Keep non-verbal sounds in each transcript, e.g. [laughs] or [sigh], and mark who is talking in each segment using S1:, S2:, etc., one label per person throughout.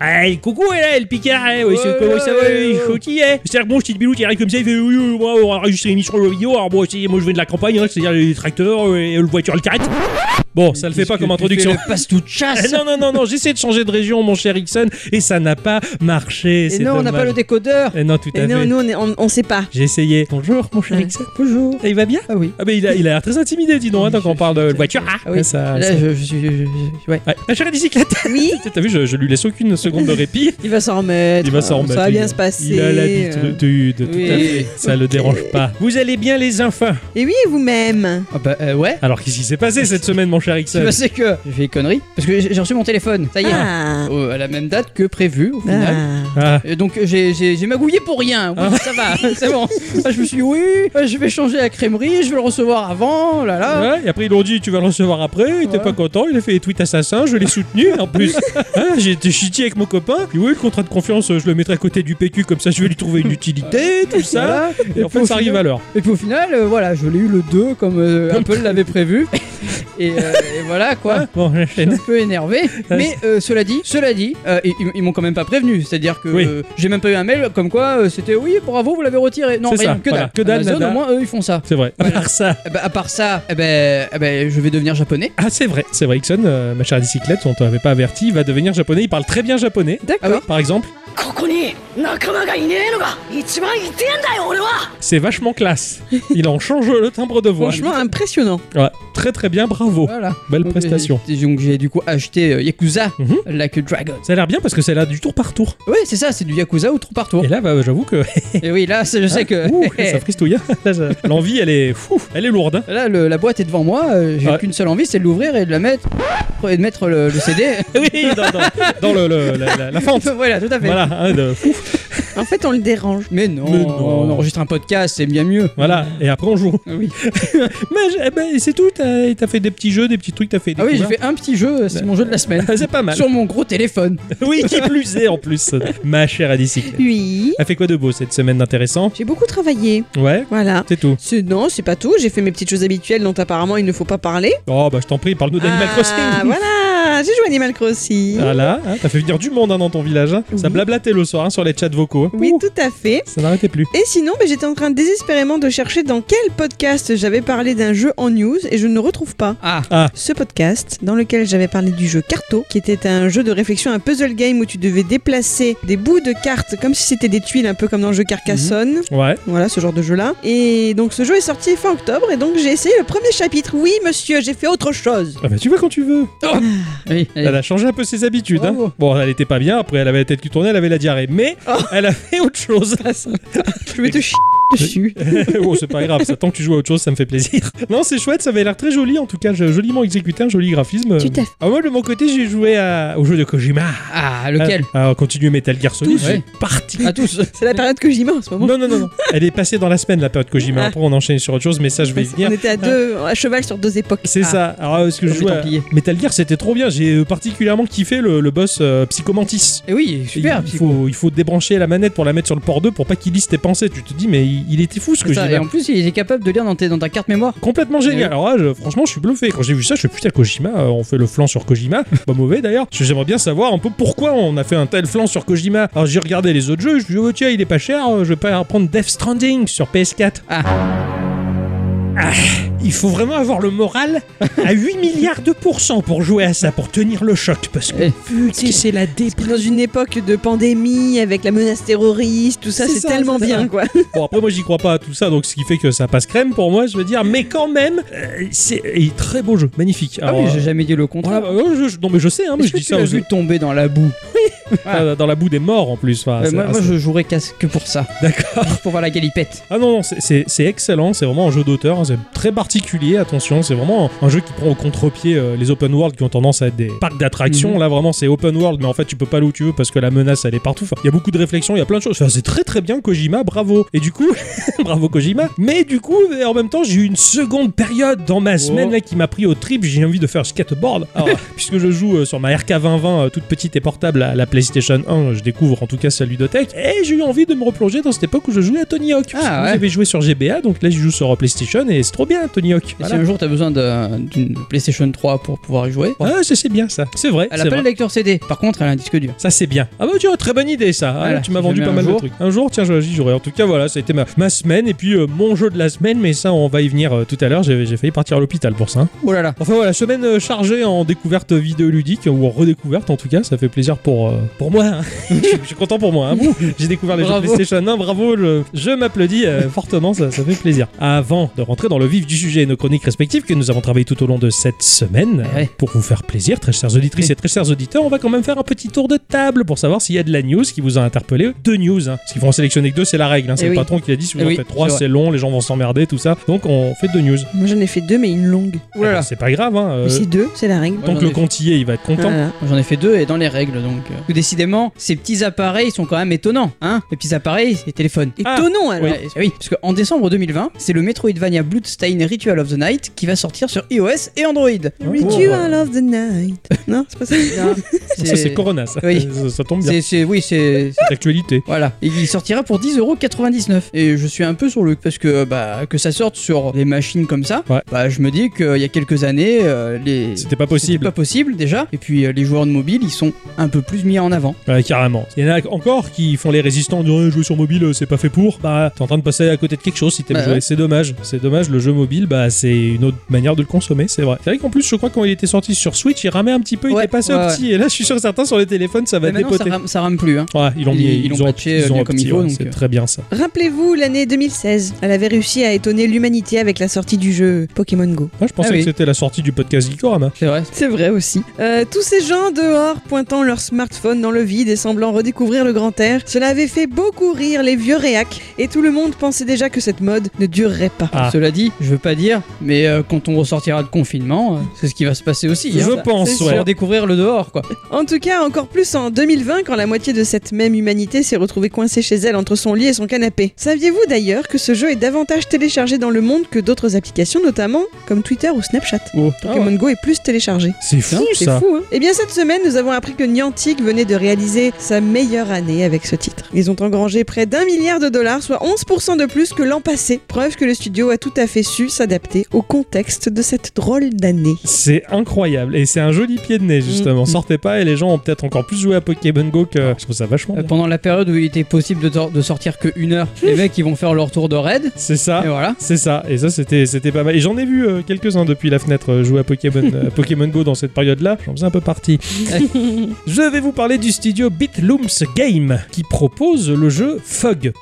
S1: Ah, il est coucou, là, le Picard, hein, ouais, c'est-
S2: Ouais,
S1: comment ça va,
S2: ouais,
S1: il est
S2: ouais.
S1: chaud qui est C'est-à-dire que bon, je dis Bilou qui arrive comme ça, il fait oui, oui, moi, on enregistre une émission de vidéo, alors moi, aussi, moi je viens de la campagne, hein, c'est-à-dire les tracteurs euh, et, le voiture, le carrette. Bon, ça le fait pas comme introduction.
S2: passe toute chasse.
S1: Ah, [laughs] non, non, non, non, j'essaie de changer de région, mon cher Ixon, et ça n'a pas marché.
S2: Et
S1: c'est
S2: non, on n'a pas
S1: dommage.
S2: le décodeur.
S1: Eh Non, tout à
S3: Et non,
S1: fait.
S3: nous, on, est- on, on sait pas.
S1: J'ai essayé. Bonjour, mon cher
S3: Ouais.
S1: Ixon.
S2: Bonjour.
S1: Il va bien
S2: Ah oui.
S1: Ah, ben il a il a l'air très intimidé, dis donc, hein,
S2: Oui,
S1: tant qu'on
S2: je-
S1: parle
S2: [laughs]
S1: de
S2: je-
S1: voiture.
S2: Ah
S1: ça.
S2: oui.
S1: ça-
S2: Là, je, je suis. je- je- je- ouais.
S1: Ouais. Ma chère bicyclette
S3: Oui,
S1: [laughs] T'as vu, je, je lui laisse aucune seconde de répit.
S3: il va s'en remettre.
S1: Il va s'en remettre.
S3: Ça va
S1: il-
S3: bien se passer. euh.
S1: Il a l'habitude, tout
S3: oui.
S1: à fait. Ça le dérange pas. Vous allez bien, les enfants
S3: Et oui, vous-même.
S2: Ah bah euh, ouais. Euh,
S1: Alors, qu'est-ce qui s'est passé cette semaine, mon cher
S2: C'est
S1: Ixon
S2: passé que j'ai fait une connerie parce que j'ai j'ai reçu mon téléphone. Ça y est.
S3: Ah.
S2: Euh, à la même date que prévu au final.
S3: Ah.
S1: Ah,
S2: Et donc euh, j'ai- j'ai j'ai magouillé pour rien. Oui, ça va, Ah. [laughs] c'est bon. Ah, je me suis dit, oui, ah, je vais changer la crèmerie, je vais le recevoir avant, oh là là.
S1: ouais, et après, ils l'ont dit Tu vas le recevoir après. Il était
S2: Ouais.
S1: pas content. Il a fait des tweets assassins. Je l'ai soutenu en plus. Hein, J'ai été chiti avec mon copain. Puis, oui, le contrat de confiance, je le mettrai à côté du PQ. Comme ça, je vais lui trouver une utilité, tout ça.
S2: Voilà.
S1: Et en
S2: puis
S1: fait,
S2: au
S1: ça arrive
S2: final-
S1: à l'heure.
S2: Et puis au final, euh, voilà, je l'ai eu le 2 comme euh,
S1: Comme
S2: Apple l'avait [laughs] prévu. Et, euh, et voilà quoi.
S1: Hein? Bon,
S2: Je suis
S1: [laughs] j'enchaîne.
S2: un peu [laughs] énervé, mais euh, cela dit, cela dit, euh, ils, ils m'ont quand même pas prévenu. C'est-à-dire que
S1: Oui.
S2: euh, j'ai même pas eu un mail comme quoi euh, c'était oui, bravo, vous l'avez retiré. Non,
S1: C'est
S2: rien,
S1: ça,
S2: que dalle.
S1: voilà. Que dalle,
S2: Amazon,
S1: nada.
S2: au moins eux ils font ça.
S1: C'est vrai. À
S2: Voilà.
S1: part ça.
S2: Eh ben, à part ça, eh ben, eh ben, je vais devenir japonais.
S1: Ah, c'est vrai, c'est vrai, Ixon, euh, ma chère bicyclette, on t'avait pas averti, il va devenir japonais, il parle très bien japonais.
S2: Ah oui.
S1: Par exemple,
S4: ここに仲間がいねえのが一番痛えんだよ俺は
S1: c'est vachement [laughs] classe. Il en change le timbre de voix.
S3: Franchement, impressionnant.
S1: Ouais, très très bien, bravo.
S2: Voilà.
S1: Belle
S2: Donc,
S1: prestation.
S2: euh, donc j'ai du coup acheté euh, Yakuza
S1: Mhm.
S2: Like a Dragon.
S1: Ça a l'air bien parce que c'est là du tour par tour.
S2: Ouais, c'est ça, c'est du Yakuza au tour par tour.
S1: Et là, bah, j'avoue que.
S2: Et oui, là, c'est- je sais que.
S1: [laughs] Ouh, ça fristouille. hein. Là, ça- L'envie, elle est. fou, elle est lourde. hein.
S2: [laughs] Là, le- la boîte est devant moi, euh, j'ai
S1: Ouais.
S2: qu'une seule envie, c'est de l'ouvrir et de la mettre. et de mettre le, le CD.
S1: [laughs] Oui, dans, dans- dans le, le- la, la- la fente.
S2: [laughs] voilà, tout à fait.
S1: [laughs] Voilà, hein, de- fou,
S3: En fait, on le dérange.
S2: Mais non,
S1: Mais non.
S2: on enregistre un podcast, c'est bien mieux.
S1: voilà, et après on joue.
S2: Ah Oui.
S1: Mais je- eh ben, c'est tout, t'as t'as fait des petits jeux, des petits trucs, t'as fait des
S2: Ah oui, j'ai fait un petit jeu, c'est mon jeu de la semaine.
S1: C'est pas [laughs] mal.
S2: Sur mon gros téléphone.
S1: Oui, [laughs] qui plus est en plus. Ma chère à bicyclette.
S3: Oui,
S1: Elle fait quoi de beau cette semaine d'intéressant
S3: j'ai beaucoup travaillé.
S1: Ouais,
S3: Voilà.
S1: c'est tout.
S3: C'est- Non, c'est pas tout. J'ai fait mes petites choses habituelles dont apparemment il ne faut pas parler.
S1: Oh bah je t'en prie, parle-nous d'Animal
S3: Ah,
S1: Crossing.
S3: voilà, j'ai joué Animal Crossing.
S1: Voilà, hein, t'as fait venir du monde hein, dans ton village. hein. Ça
S3: Oui.
S1: blablatait le soir hein, sur les chats vocaux. hein.
S3: Oui,
S1: Ouh,
S3: tout à fait.
S1: ça n'arrêtait plus.
S3: Et sinon, ben, j'étais en train désespérément de chercher dans quel podcast j'avais parlé d'un jeu en news et je ne retrouve pas.
S2: Ah,
S3: Ce podcast, dans lequel j'avais parlé du jeu Carto, qui était un jeu de réflexion, un puzzle game où tu devais déplacer des bouts de cartes comme si c'était des tuiles, un peu comme dans le jeu Carcassonne.
S1: Ouais.
S3: Voilà, ce genre de jeu-là. Et donc ce jeu est sorti fin octobre, et donc j'ai essayé le premier chapitre. Oui, monsieur, j'ai fait autre chose.
S1: Ah bah tu vois quand tu veux. [laughs]
S2: oui. allez.
S1: Elle a changé un peu ses habitudes.
S3: Oh.
S1: hein.
S2: Bravo.
S1: Bon, elle était pas bien, après elle avait la tête qui tournait, elle avait la diarrhée. Mais elle a fait autre chose. [laughs]
S3: Je vais te chier dessus.
S1: oh, c'est pas grave, ça, tant que tu joues à autre chose, ça me fait plaisir. [laughs] Non, c'est chouette, ça avait l'air très joli, en tout cas, je- joliment exécuté, un joli graphisme.
S3: Tout à fait.
S1: Ah, moi, de mon côté, j'ai joué à- au jeu de Kojima.
S2: Ah, lequel
S1: Ah, Alors, continue Metal Gear Solid,
S2: Tous. Ah,
S1: c'est
S2: Ouais.
S1: parti.
S2: À tous.
S3: C'est la période que j'y mets en ce moment.
S1: Non, non, non,
S2: [laughs]
S1: non. Elle est passée dans la semaine, la période
S2: Ah.
S1: Kojima. Après, on enchaîne sur autre chose, mais ça, je vais y venir.
S3: On était à deux, à cheval sur deux époques.
S1: C'est
S2: Ah.
S1: ça. Alors, ce que je
S2: Les
S1: jouais à
S2: Templiers.
S1: Metal Gear, c'était trop bien. J'ai euh, particulièrement kiffé le, le boss euh, Psychomantis.
S2: Et oui, super.
S1: il, faut, il faut débrancher la manette pour la mettre sur le port 2 pour pas qu'il lise tes pensées. Tu te dis, mais il, il était fou ce que
S2: C'est ça,
S1: j'ai
S2: Et en plus, il est capable de lire dans, tes- dans ta carte mémoire.
S1: Complètement
S2: Oui.
S1: génial. Alors là, je- franchement, je suis bluffé. Quand j'ai vu ça, je suis putain Kojima. euh, on fait le flanc sur Kojima. [laughs] Pas mauvais d'ailleurs. Parce que J'aimerais bien savoir un peu pourquoi on a fait un tel flanc sur Kojima. Alors j'ai regardé les autres jeux. Je me suis dit, oh, tiens, il est pas cher. euh, Je vais pas prendre Death Stranding sur PS4.
S2: Ah.
S1: Ah, Il faut vraiment avoir le moral à 8 [laughs] milliards de pourcents pour jouer à ça, pour tenir le choc, parce que
S2: Eh.
S1: putain, c'est la déprime.
S3: Dans une époque de pandémie, avec la menace terroriste, tout ça,
S1: C'est
S3: c'est
S1: ça,
S3: tellement
S1: c'est ça.
S3: bien, quoi.
S1: Bon après moi j'y crois pas à tout ça donc ce qui fait que ça passe crème pour moi je veux dire mais quand même euh, c'est et très beau jeu magnifique.
S2: Ah
S1: Alors,
S2: oui, j'ai
S1: euh,
S2: jamais dit le contraire.
S1: voilà, bah, ouais, je- je- non mais je sais hein, mais
S2: Est-ce
S1: je
S2: que
S1: dis
S2: tu
S1: ça
S2: l'as
S1: aux
S2: vu tomber dans la boue.
S1: Ah, dans la boue des morts en plus. Enfin,
S2: Euh,
S1: c'est-
S2: moi,
S1: ah,
S2: moi,
S1: c'est-
S2: je jouerais casque que pour ça.
S1: D'accord.
S2: Pour voir la galipette.
S1: Ah non, non, c'est- c'est c'est excellent. C'est vraiment un jeu d'auteur. hein, C'est très particulier. Attention, c'est vraiment un jeu qui prend au contre-pied euh, les open world qui ont tendance à être des parcs d'attractions.
S2: Mhm.
S1: Là, vraiment, c'est open world, mais en fait, tu peux pas aller où tu veux parce que la menace, elle est partout. Enfin, Il y a beaucoup de réflexions, il y a plein de choses. Enfin, c'est très très bien, Kojima. Bravo. Et du coup, [laughs] bravo Kojima. Mais du coup, en même temps, j'ai eu une seconde période dans ma semaine là, qui m'a pris au trip. J'ai envie de faire skateboard. Alors, puisque je joue euh, sur ma RK 2020 euh, toute petite et portable à la PlayStation 1, je découvre en tout cas sa ludothèque, et j'ai eu envie de me replonger dans cette époque où je jouais à Tony Hawk.
S2: Ah,
S1: Parce que
S2: ouais.
S1: Vous avez joué sur GBA, donc là je joue sur euh, PlayStation et c'est trop bien Tony Hawk.
S2: Et
S1: Voilà.
S2: si un jour t'as besoin d'un- d'une PlayStation 3 pour pouvoir y jouer,
S1: Ah, ça, c'est bien ça. C'est vrai.
S2: elle
S1: c'est
S2: a pas
S1: vrai.
S2: le lecteur CD, par contre elle a un disque dur.
S1: Ça c'est bien. Ah bah tu vois, très bonne idée ça. Ah,
S2: Voilà,
S1: tu m'as
S2: si
S1: vendu
S2: jamais
S1: pas
S2: un
S1: mal de
S2: jour.
S1: trucs. Un jour, tiens, j'y jouerai. En tout cas, voilà, ça a été ma, ma semaine et puis euh, mon jeu de la semaine, mais ça on va y venir euh, tout à l'heure. J'ai j'ai failli partir à l'hôpital pour ça. hein.
S2: Oh là là.
S1: Enfin voilà, semaine euh, chargée en découverte vidéoludique ou en redécouverte en tout cas, ça fait plaisir pour, euh, pour moi. hein. [laughs] je, suis- je suis content pour moi. hein. J'ai découvert les jeux
S2: Bravo.
S1: PlayStation 1, bravo, je, je m'applaudis euh, fortement, ça, ça fait plaisir. Avant de rentrer dans le vif du sujet et nos chroniques respectives que nous avons travaillé tout au long de cette semaine,
S2: Eh ouais.
S1: pour vous faire plaisir, très chères auditrices
S2: Oui.
S1: et très chers auditeurs, on va quand même faire un petit tour de table pour savoir s'il y a de la news qui vous a interpellé. Deux news, hein. parce qu'il faut en sélectionner que deux, c'est la règle. hein. C'est
S3: Eh
S1: le
S3: oui.
S1: patron qui l'a dit, si vous
S2: Eh
S1: en
S2: oui,
S1: faites trois,
S2: c'est vrai.
S1: c'est long, les gens vont s'emmerder, tout ça. Donc on fait deux news.
S3: Moi j'en ai fait deux, mais une longue.
S1: Eh
S2: Oh là
S1: ben,
S2: là.
S1: C'est pas grave, hein. euh,
S3: Mais c'est deux, c'est la règle.
S2: Ouais,
S1: Tant
S2: j'en
S1: que le
S2: ai fait-
S1: comptier, il va être content.
S3: Voilà.
S2: J'en ai fait deux et dans les règles donc. euh. Décidément, ces petits appareils sont quand même étonnants, hein Les petits appareils, les téléphones.
S3: Et
S1: Ah,
S3: ton nom alors
S2: Ouais, oui, parce qu'en décembre 2020, c'est le Metroidvania Bloodstained Ritual of the Night qui va sortir sur iOS et Android.
S1: euh,
S2: hein,
S3: Ritual of the night. Non, c'est pas ça.
S1: Ça, c'est Corona, ça.
S2: Oui.
S1: [laughs] ça. ça tombe bien.
S2: C'est, c'est- oui, c'est. c'est-
S1: C'est d'actualité.
S2: Voilà. Et il sortira pour 10,99€. Et je suis un peu sur le. Parce que, bah, que ça sorte sur des machines comme ça,
S1: Ouais.
S2: bah, je me dis qu'il y a quelques années, euh, les.
S1: C'était pas
S2: C'était
S1: possible.
S2: pas possible déjà. Et puis euh, les joueurs de mobile, ils sont un peu plus mis en avant.
S1: Ouais, carrément. Il y en a encore qui font les résistants du jouer sur mobile, euh, c'est pas fait pour. Bah, t'es en train de passer à côté de quelque chose si t'aimes
S2: Bah
S1: jouer.
S2: ouais.
S1: C'est dommage. C'est dommage, le jeu mobile, bah, c'est une autre manière de le consommer, c'est vrai. C'est vrai qu'en plus, je crois quand il était sorti sur Switch, il ramait un petit peu, il
S2: Ouais,
S1: était passé
S2: ouais,
S1: au petit. Et là, je suis sûr que certains sur les téléphones, ça va
S2: Mais maintenant, ça
S1: dépoter.
S2: rame, ça rame plus. Hein.
S1: Ouais, ils l'ont mis,
S2: Ils- ils l'ont
S1: ont
S2: patché,
S1: ils ont
S2: euh, bien comme il
S1: petit,
S2: faut,
S1: ouais,
S2: donc,
S1: C'est
S2: euh.
S1: très bien ça.
S3: Rappelez-vous l'année 2016. Elle avait réussi à étonner l'humanité avec la sortie du jeu Pokémon Go.
S1: Moi, je pensais
S2: Ah oui.
S1: que c'était la sortie du podcast Gikorama.
S2: C'est vrai.
S3: C'est vrai aussi. Euh, tous ces gens dehors pointant leur smartphone dans le vide et semblant redécouvrir le grand air, cela avait fait beaucoup rire les vieux réacs et tout le monde pensait déjà que cette mode ne durerait pas.
S1: Ah.
S2: Cela dit, je veux pas dire, mais euh, quand on ressortira de confinement, euh, c'est ce qui va se passer aussi.
S1: Je
S2: hein.
S1: pense,
S3: c'est
S2: Pour
S1: ouais.
S2: découvrir le dehors, quoi.
S3: En tout cas, encore plus en 2020, quand la moitié de cette même humanité s'est retrouvée coincée chez elle entre son lit et son canapé. Saviez-vous d'ailleurs que ce jeu est davantage téléchargé dans le monde que d'autres applications, notamment comme Twitter ou Snapchat Pokémon Go est plus téléchargé.
S1: C'est fou,
S3: C'est
S1: ça.
S3: fou, hein Eh bien, cette semaine, nous avons appris que Niantic venait de réaliser sa meilleure année avec ce titre. Ils ont engrangé près d'un milliard de dollars, soit 11% de plus que l'an passé. Preuve que le studio a tout à fait su s'adapter au contexte de cette drôle d'année.
S1: C'est incroyable et c'est un joli pied de nez justement.
S2: Mm.
S1: Sortez pas et les gens ont peut-être encore plus joué à Pokémon Go que je trouve ça vachement.
S2: Euh,
S1: bien.
S2: Pendant la période où il était possible de, tor- de sortir que une heure, les mecs ils vont faire leur tour de raid.
S1: C'est ça.
S2: Et voilà.
S1: C'est ça, et ça c'était c'était pas mal. Et j'en ai vu euh, quelques-uns depuis la fenêtre euh, jouer à Pokémon, [laughs] euh, Pokémon Go dans cette période-là. J'en faisais un peu [laughs] partie. Je vais vous parler du studio Bitlooms Game qui propose le jeu Fog,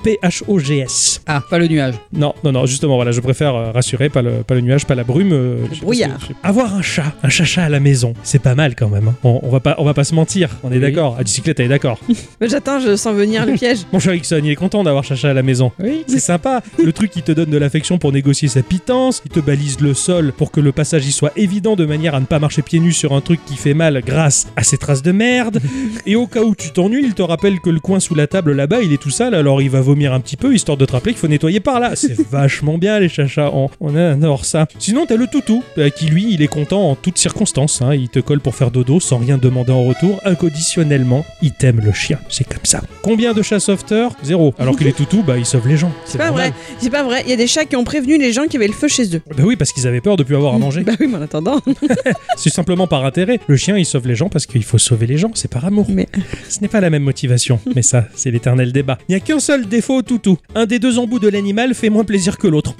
S1: P-H-O-G-S.
S2: Ah, pas le nuage.
S1: Non, non, non, justement, voilà, je préfère euh, rassurer, pas le, pas le nuage, pas la brume. euh, je sais pas
S3: brouillard.
S1: ce que- je sais pas. Avoir un chat, un chat-chat à la maison, c'est pas mal quand même. hein. On, on va pas, on va pas se mentir, on est
S2: Oui.
S1: d'accord. À bicyclette, elle est d'accord.
S3: Mais J'attends, je sens venir le piège.
S1: Mon cher Ixon, il est content d'avoir Chacha à la maison.
S2: Oui.
S1: C'est sympa. Le truc, il te donne de l'affection pour négocier sa pitance, il te balise le sol pour que le passage y soit évident de manière à ne pas marcher pieds nus sur un truc qui fait mal grâce à ses traces de merde. Et au cas où tu t'ennuies, il te rappelle que le coin sous la table là-bas, il est tout sale, alors il va vomir un petit peu histoire de te rappeler qu'il faut nettoyer par là.
S3: [laughs]
S1: C'est vachement bien, les Chacha. On, on adore ça. Sinon, t'as le toutou, euh, qui lui, il est content en toutes circonstances. hein. Il te colle pour faire dodo sans rien demander en retour, inconditionnellement. Il t'aime le chien. C'est comme ça. Combien de chats sauveteurs Zéro. Alors
S3: [laughs]
S1: que les toutous, bah, ils sauvent les gens.
S3: C'est pas
S1: normal.
S3: vrai, c'est pas vrai. Il y a des chats qui ont prévenu les gens qui avaient le feu chez eux.
S1: Bah oui, parce qu'ils avaient peur de
S3: [laughs]
S1: plus avoir à manger.
S3: Bah oui, mais en attendant. [laughs]
S1: c'est simplement par intérêt. Le chien, il sauve les gens parce qu'il faut sauver les gens, c'est par amour.
S3: Mais-
S1: Ce n'est pas la même motivation, mais ça, c'est l'éternel débat. Il n'y a qu'un seul défaut au toutou. Un des deux embouts de l'animal fait moins plaisir que l'autre.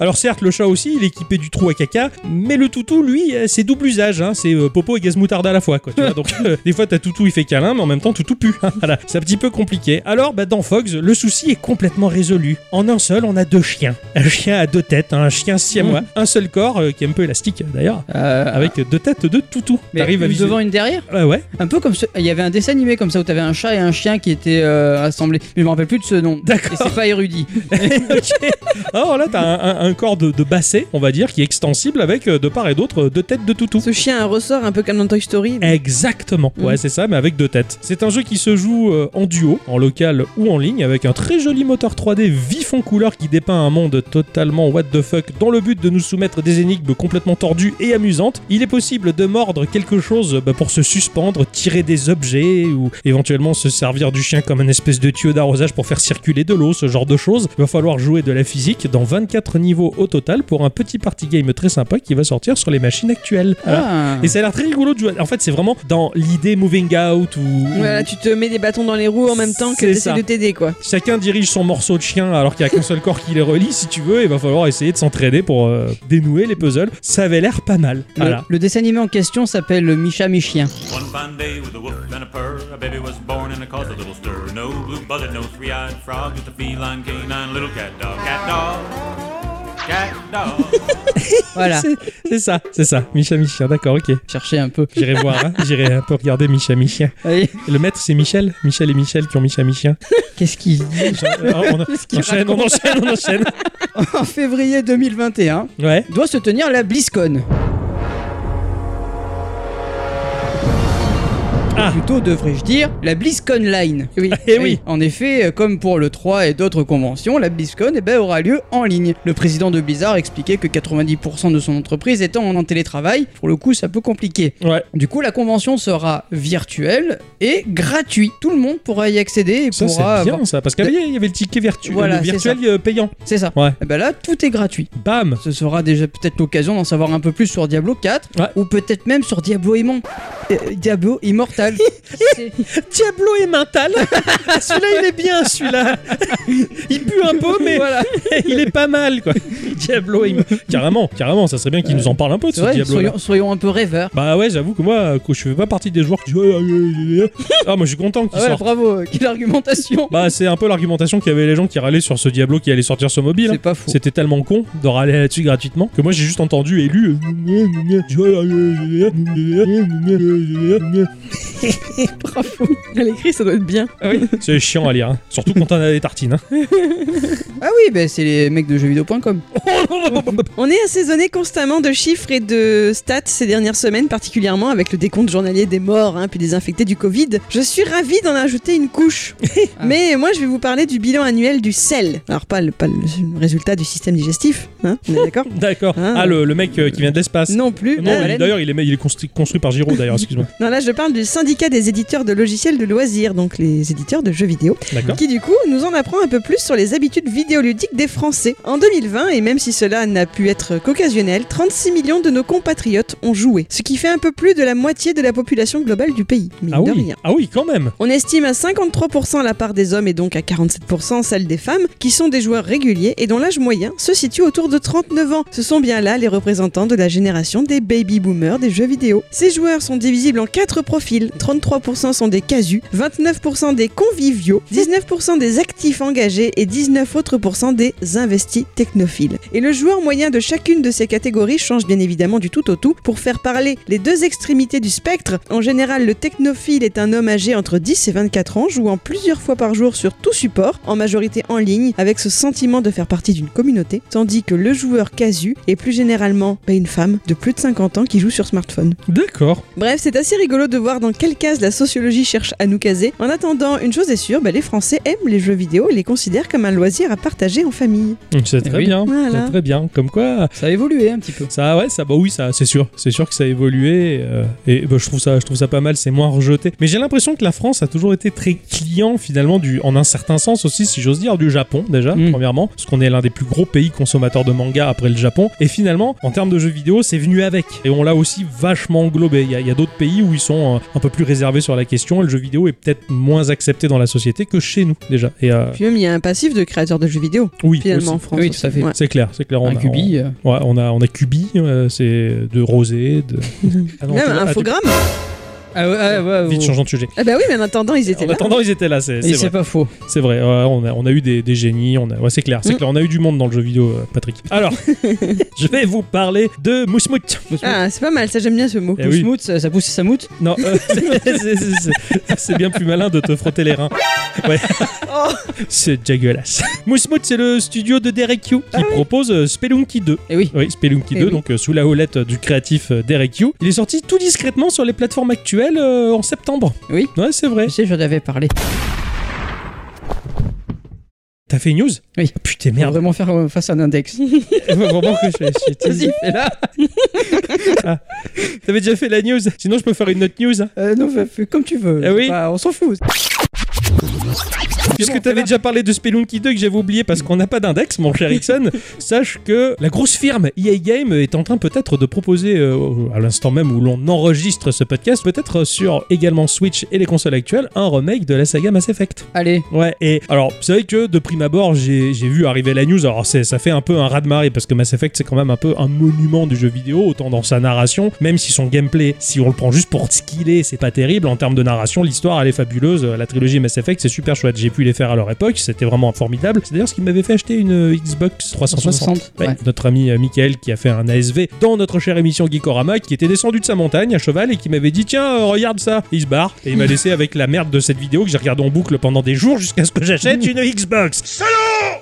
S1: Alors certes, le chat aussi, il est équipé du trou à caca, mais le toutou, lui, euh, c'est double usage. hein. C'est euh, popo et gaz moutarde à la fois, quoi. tu vois. Donc euh, des fois, t'as toutou, il fait câlin, mais en même temps, toutou pue. [laughs] voilà, c'est un petit peu compliqué. Alors, bah, dans Fox, le souci est complètement résolu. En un seul, on a deux chiens. Un chien à deux têtes, hein, un chien siamois, un seul corps, euh, qui est un peu élastique d'ailleurs
S2: Euh,
S1: avec deux têtes de toutou.
S2: mais
S1: T'arrives à
S2: une
S1: viser.
S2: devant une derrière
S1: Ah ouais. [laughs]
S2: Un peu comme ce... il y avait un dessin animé comme ça où t'avais un chat et un chien qui étaient euh, assemblés. Mais je me rappelle plus de ce nom. Et
S1: D'accord.
S2: c'est pas érudit.
S1: ok. Alors là, t'as un, un- un corps de, de basset, on va dire, qui est extensible avec euh, de part et d'autre euh, deux têtes de toutou.
S3: Ce chien a un ressort un peu comme dans Toy Story.
S1: Exactement. Ouais, c'est ça, mais avec deux têtes. C'est un jeu qui se joue euh, en duo, en local ou en ligne, avec un très joli moteur 3D vif en couleur qui dépeint un monde totalement what the fuck dans le but de nous soumettre des énigmes complètement tordues et amusantes. Il est possible de mordre quelque chose bah, pour se suspendre, tirer des des objets ou éventuellement se servir du chien comme un espèce de tuyau d'arrosage pour faire circuler de l'eau, ce genre de choses. Il va falloir jouer de la physique dans 24 niveaux au total pour un petit party game très sympa qui va sortir sur les machines actuelles. Voilà.
S2: Ah.
S1: Et ça a l'air très rigolo de jouer. En fait, c'est vraiment dans l'idée moving out ou.
S3: Voilà, tu te mets des bâtons dans les roues en même temps que
S1: C'est
S3: t'essaies
S1: ça.
S3: de t'aider, quoi.
S1: Chacun dirige son morceau de chien alors qu'il n'y a qu'un seul corps qui les relie. Si tu veux, il va falloir essayer de s'entraider pour euh, dénouer les puzzles. Ça avait l'air pas mal.
S2: Le,
S1: Voilà.
S2: le dessin animé en question s'appelle Micha Michien.
S5: One fine day with a whoop and a purr, a baby was born and it caused a little stir. No blue buzzard, no three-eyed frog, just a feline canine little cat dog. Cat dog, cat dog.
S2: Voilà,
S1: C'est- C'est ça, c'est ça. Micha Michien, d'accord, ok.
S2: cherchez un peu.
S1: J'irai voir, hein. j'irai un peu regarder Micha Michien.
S2: Allez,
S1: Le maître, c'est Michel. Michel et Michel qui ont Micha
S2: [laughs]
S1: Michien.
S2: Qu'est-ce qu'il dit
S1: Ah, on,
S2: qu'il
S1: enchaîne, on enchaîne, on enchaîne.
S2: En février 2021
S1: Ouais.
S2: doit se tenir la BlizzCon.
S1: Ah.
S2: Plutôt devrais-je dire la BlizzCon Line.
S3: [laughs]
S2: Oui.
S1: Eh oui.
S2: En effet, euh, comme pour le 3 et d'autres conventions, la BlizzCon eh ben, aura lieu en ligne. Le président de Blizzard expliquait que 90% de son entreprise étant en télétravail, pour le coup, ça peut compliquer.
S1: Ouais.
S2: Du coup, la convention sera virtuelle et gratuite. Tout le monde pourra y accéder et
S1: Ça, c'est
S2: pourra. avoir-
S1: bien ça, parce qu'il y avait- il y avait le ticket virtu-
S2: Voilà,
S1: le
S2: c'est
S1: virtuel euh, payant.
S2: C'est ça.
S1: Ouais.
S2: Et ben là, tout est gratuit. [laughs]
S1: Bam
S2: Ce sera déjà peut-être l'occasion d'en savoir un peu plus sur Diablo 4
S1: Ouais.
S2: ou peut-être même sur Diablo Immon- euh, Diablo
S1: [laughs]
S2: Immortal.
S1: Diablo est mental Ah, Celui-là, il est bien, [laughs] celui-là Il pue un peu, mais
S2: voilà.
S1: il est pas mal, quoi. [laughs] Diablo est... Carrément, carrément, ça serait bien qu'il nous en parle un peu de
S2: C'est
S1: ce
S2: vrai,
S1: Diablo.
S2: soyons, soyons un peu rêveurs.
S1: Bah ouais, j'avoue que moi, euh, que je fais pas partie des joueurs qui disent Ah, moi je suis content qu'il
S2: Ah ouais,
S1: sorte.
S2: bravo, euh, quelle argumentation.
S1: Bah, c'est un peu l'argumentation qu'avaient les gens qui râlaient sur ce Diablo qui allait sortir sur mobile.
S2: [laughs]
S1: hein.
S2: C'est pas faux.
S1: C'était tellement con de râler là-dessus gratuitement que moi j'ai juste entendu et lu. [laughs]
S3: Eh, Bravo. [laughs] À l'écrit, ça doit être bien.
S1: C'est chiant à lire, hein. surtout quand on a des tartines. hein. [laughs]
S2: Ah oui, ben c'est les mecs de
S1: [laughs]
S2: jeuxvideo.com.
S1: Oh,
S3: On est assaisonné constamment de chiffres et de stats ces dernières semaines, particulièrement avec le décompte journalier des morts hein, puis des infectés du Covid. Je suis ravie d'en ajouter une [laughs] couche. Mais moi, je vais vous parler du bilan annuel du sel. Alors, pas le, pas le résultat du système digestif, hein, on est [laughs] d'accord
S1: D'accord.
S3: Ah.
S1: Ah, le, le mec euh, qui vient de l'espace.
S3: Non plus.
S1: Non,
S3: Ah,
S1: il-
S3: voilà.
S1: d'ailleurs, il est, il est construit, construit par Giraud, d'ailleurs, excuse-moi.
S3: Non, là, je parle du syndicat des éditeurs de logiciels de loisirs, donc les éditeurs de jeux vidéo.
S1: D'accord.
S3: qui du coup nous en apprend un peu plus sur les habitudes vidéoludiques des Français. En 2020, et même si cela n'a pu être qu'occasionnel, 36 millions de nos compatriotes ont joué, ce qui fait un peu plus de la moitié de la population globale du pays, mais
S1: Ah
S3: de
S1: oui.
S3: rien.
S1: ah oui, quand même.
S3: On estime à 53% la part des hommes et donc à 47% celle des femmes, qui sont des joueurs réguliers et dont l'âge moyen se situe autour de 39 ans. Ce sont bien là les représentants de la génération des baby boomers des jeux vidéo. Ces joueurs sont divisibles en 4 profils, 33% sont des casus, 29% des conviviaux, 19% des actifs engagés et 19 autres pourcents des investis technophiles. Et le joueur moyen de chacune de ces catégories change bien évidemment du tout au tout pour faire parler les deux extrémités du spectre. En général, le technophile est un homme âgé entre 10 et 24 ans, jouant plusieurs fois par jour sur tout support, en majorité en ligne, avec ce sentiment de faire partie d'une communauté, tandis que le joueur casu est plus généralement bah, une femme de plus de 50 ans qui joue sur smartphone.
S1: D'accord.
S3: Bref, c'est assez rigolo de voir dans quelle case la sociologie cherche à nous caser. En attendant, une chose est sûre, bah, les Français aiment les jeux vidéo et les considèrent comme un loisir à partager en famille.
S1: C'est
S2: Eh
S1: très
S2: oui.
S1: bien.
S3: Voilà.
S1: C'est très bien. Comme quoi,
S2: Ça a évolué un petit peu.
S1: Ça, ouais, ça, bah oui, ça, c'est sûr, c'est sûr que ça a évolué. euh, et bah, je trouve ça, je trouve ça pas mal. C'est moins rejeté. Mais j'ai l'impression que la France a toujours été très client finalement du, en un certain sens aussi, si j'ose dire, du Japon déjà.
S2: Mm.
S1: Premièrement, parce qu'on est l'un des plus gros pays consommateurs de manga après le Japon. Et finalement, en termes de jeux vidéo, c'est venu avec. Et on l'a aussi vachement englobé. Il y a, il y a d'autres pays où ils sont euh, un peu plus réservés sur la question. Et le jeu vidéo est peut-être moins accepté dans la société que chez nous déjà. Et euh,
S3: Puis même, il y a un passif de créateur de jeux vidéo,
S1: oui,
S3: finalement, en
S1: aussi.
S3: France.
S2: Oui,
S3: aussi.
S2: tout à fait.
S3: Ouais.
S1: c'est clair, c'est clair. on
S2: un
S1: a-
S2: cubi. euh,
S1: Ouais, on a, on a Cubi, euh, c'est de Rosé,
S3: [laughs]
S1: de. Ah non,
S3: Même
S1: tu-
S3: un
S1: ah, tu-
S3: infogramme
S2: Ah ouais, ouais, ouais,
S1: Vite,
S2: ouais.
S1: changeons de sujet.
S3: Ah bah oui, mais en attendant, ils étaient
S1: En
S3: là.
S1: attendant, ils étaient là, c'est
S2: Et
S1: c'est
S2: c'est
S1: vrai.
S2: pas faux.
S1: C'est vrai, ouais, on, a, on a eu des, des génies, on a, ouais, c'est clair, c'est
S3: Mm.
S1: clair, on a eu du monde dans le jeu vidéo, euh, Patrick.
S3: [laughs]
S1: Alors, je vais vous parler de Mousmout.
S3: Ah, c'est pas mal, ça j'aime bien ce mot.
S1: Eh oui.
S2: Mousmout, ça, ça pousse sa moute.
S1: Non, euh, [laughs] c'est- c'est- c'est- c'est- c'est bien plus malin de te frotter les reins.
S3: [laughs]
S1: Ouais.
S3: Oh.
S1: C'est dégueulasse. Mousmout, c'est le studio de Derek Yu
S3: Ah
S1: qui propose euh, Spelunky 2.
S2: Et oui.
S1: Oui, Spelunky
S2: Eh
S1: 2,
S2: oui.
S1: donc euh, sous la houlette euh, du créatif euh, Derek Yu. Il est sorti tout discrètement sur les plateformes actuelles euh, en septembre.
S2: Oui.
S1: Ouais, c'est vrai.
S2: Je sais, j'en avais parlé.
S1: T'as fait une news Ah,
S2: Oui.
S1: Putain,
S2: Faut [laughs]
S1: merde.
S2: vraiment faire euh, face à
S1: [laughs]
S2: un index.
S1: Vraiment que je- [laughs] j'étais-
S2: Vas-y, fais-la.
S1: T'avais déjà fait la news Sinon, je peux faire une autre news. hein.
S2: Euh, non, fais- fais comme tu veux.
S1: Eh oui.
S2: Bah, on s'en fout.
S1: Puisque t'avais déjà parlé de Spelunky 2 que j'avais oublié parce qu'on n'a pas d'index, mon cher Ixon, sache que la grosse firme EA Game est en train peut-être de proposer, euh, à l'instant même où l'on enregistre ce podcast, peut-être sur également Switch et les consoles actuelles, un remake de la saga Mass Effect.
S2: Allez.
S1: Ouais, et alors, c'est vrai que de prime abord, j'ai j'ai vu arriver la news. Alors, c'est- ça fait un peu un raz-de-marée parce que Mass Effect, c'est quand même un peu un monument du jeu vidéo, autant dans sa narration, même si son gameplay, si on le prend juste pour ce qu'il est, c'est pas terrible. En termes de narration, l'histoire, elle est fabuleuse. La trilogie Mass Effect, c'est super chouette. J'ai pu les faire à leur époque, c'était vraiment formidable. C'est d'ailleurs ce qui m'avait fait acheter une Xbox 360.
S2: 360,
S1: Ouais,
S2: ouais.
S1: Notre ami euh, Michael qui a fait un ASV dans notre chère émission Geekorama, qui était descendu de sa montagne à cheval et qui m'avait dit Tiens, euh, regarde ça. Et il se barre. Et il m'a laissé avec la merde de cette vidéo que j'ai regardée en boucle pendant des jours jusqu'à ce que j'achète une Xbox.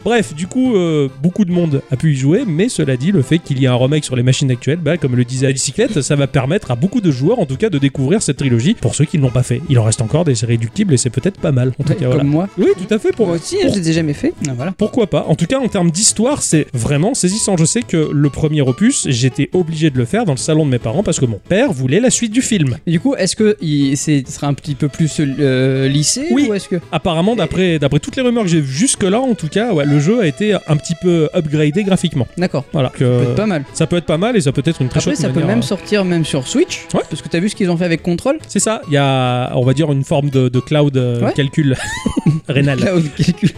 S1: Bref, du coup, euh, beaucoup de monde a pu y jouer, mais cela dit, le fait qu'il y ait un remake sur les machines actuelles, bah, comme le disait Alicyclette, ça va permettre à beaucoup de joueurs, en tout cas, de découvrir cette trilogie pour ceux qui ne l'ont pas fait. Il en reste encore des réductibles et c'est peut-être pas mal. En tout
S2: Ouais,
S1: cas,
S2: comme
S1: voilà.
S2: moi.
S1: Oui, tout à fait. Pour,
S3: Moi aussi, je l'ai jamais fait.
S2: Ah, voilà.
S1: pourquoi pas En tout cas, en termes d'histoire, c'est vraiment saisissant. Je sais que le premier opus, j'étais obligé de le faire dans le salon de mes parents parce que mon père voulait la suite du film.
S2: Et du coup, est-ce que il, c'est, ce sera un petit peu plus euh, lycée
S1: Oui.
S2: ou est-ce que
S1: Apparemment, d'après d'après toutes les rumeurs que j'ai vues jusque-là, en tout cas, ouais, le jeu a été un petit peu upgradé graphiquement.
S2: D'accord.
S1: Voilà.
S2: Ça
S1: Que-
S2: peut être pas mal.
S1: ça peut être pas mal et ça peut être une très
S2: Après,
S1: chouette
S2: ça peut
S1: manière,
S2: même
S1: euh,
S2: sortir même sur Switch.
S1: Ouais.
S2: Parce que t'as vu ce qu'ils ont fait avec Control.
S1: C'est ça, il y a, on va dire, une forme de, de cloud euh,
S2: Ouais.
S1: calcul [laughs] rénal.
S2: Cloud calcul.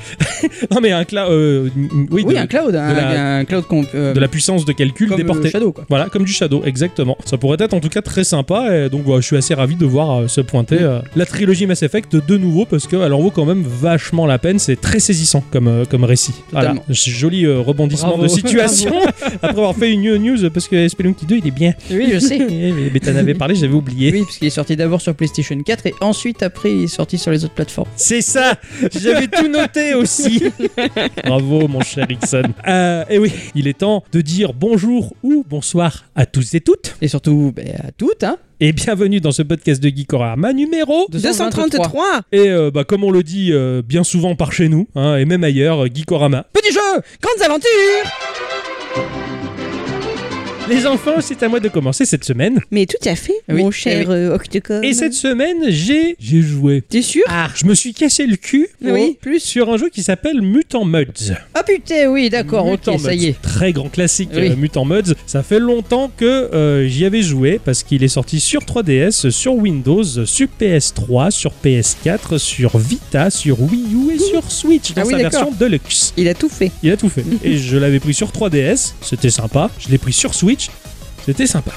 S1: Non, mais un cloud. oui,
S2: Oui,
S1: de,
S2: un cloud, un,
S1: la-
S2: un cloud qu'on euh,
S1: de la puissance de calcul
S2: comme
S1: déportée.
S2: le Shadow quoi.
S1: Voilà, comme du Shadow, exactement. Ça pourrait être en tout cas très sympa, et donc voilà, je suis assez ravi de voir euh, se pointer
S2: Mm.
S1: euh, la trilogie Mass Effect de nouveau, parce qu'elle en vaut quand même vachement la peine, c'est très saisissant comme, euh, comme récit. Voilà,
S2: Totalement.
S1: joli euh, rebondissement
S2: Bravo.
S1: de
S2: [laughs]
S1: situation [laughs] après avoir fait une news, parce que Spelunky 2 il est bien.
S2: Oui, je sais.
S1: Eh, mais mais t'en avais parlé, j'avais oublié.
S2: [laughs] Oui, parce qu'il est sorti d'abord sur PlayStation 4 et ensuite après il est sorti sur les autres plateformes.
S1: C'est ça J'avais tout noté aussi
S2: [laughs]
S1: Bravo mon cher Ixon. Euh, et oui, il est temps de dire bonjour ou bonsoir à tous et toutes
S2: Et surtout ben, à toutes, hein.
S1: et bienvenue dans ce podcast de Geekorama
S2: Oh,
S1: numéro
S3: 233
S1: et euh, bah, comme on le dit euh, bien souvent par chez nous hein, et même ailleurs, euh, Geekorama.
S3: Petit jeu Grandes aventures
S1: Les enfants, c'est à moi de commencer cette semaine.
S3: Mais tout à fait,
S2: Oui,
S3: mon
S2: eh
S3: cher
S2: oui.
S3: euh, Octocom.
S2: Mhm.
S1: Et cette semaine, j'ai j'ai joué.
S3: T'es sûr
S1: Ah, je me suis cassé le cul
S3: Oui.
S1: plus sur un jeu qui s'appelle Mutant Muds.
S2: Ah putain, oui, d'accord, ok,
S1: Mutant
S2: ça
S1: Muds.
S2: y est.
S1: Très grand classique,
S2: Oui.
S1: euh, Mutant Muds. Ça fait longtemps que euh, j'y avais joué parce qu'il est sorti sur 3DS, sur Windows, sur PS3, sur PS4, sur Vita, sur Wii U et sur Switch dans
S2: Ah oui,
S1: sa
S2: d'accord.
S1: version Deluxe.
S3: Il a tout fait.
S1: Il a tout fait. Et je l'avais pris sur 3DS, c'était sympa. Je l'ai pris sur Switch, c'était
S2: [laughs]
S1: sympa.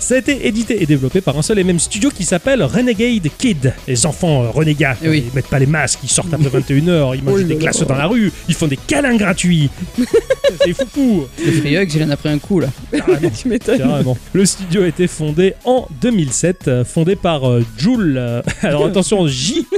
S1: Ça a été édité et développé par un seul et même studio qui s'appelle Renegade Kid. Les enfants euh, renégats,
S2: Eh oui.
S1: ils mettent pas les masques, ils sortent après 21h, ils mangent
S2: Oh là
S1: des
S2: là.
S1: glaces dans la rue, ils font des câlins
S2: [laughs]
S1: gratuits. C'est foufou.
S2: Le Free Hugs, il en a pris un coup là. [laughs]
S1: Carrément.
S3: Tu m'étonnes.
S1: Carrément. [laughs] Le studio a été fondé en 2007, euh, fondé par euh, Jules. euh, [laughs] alors attention,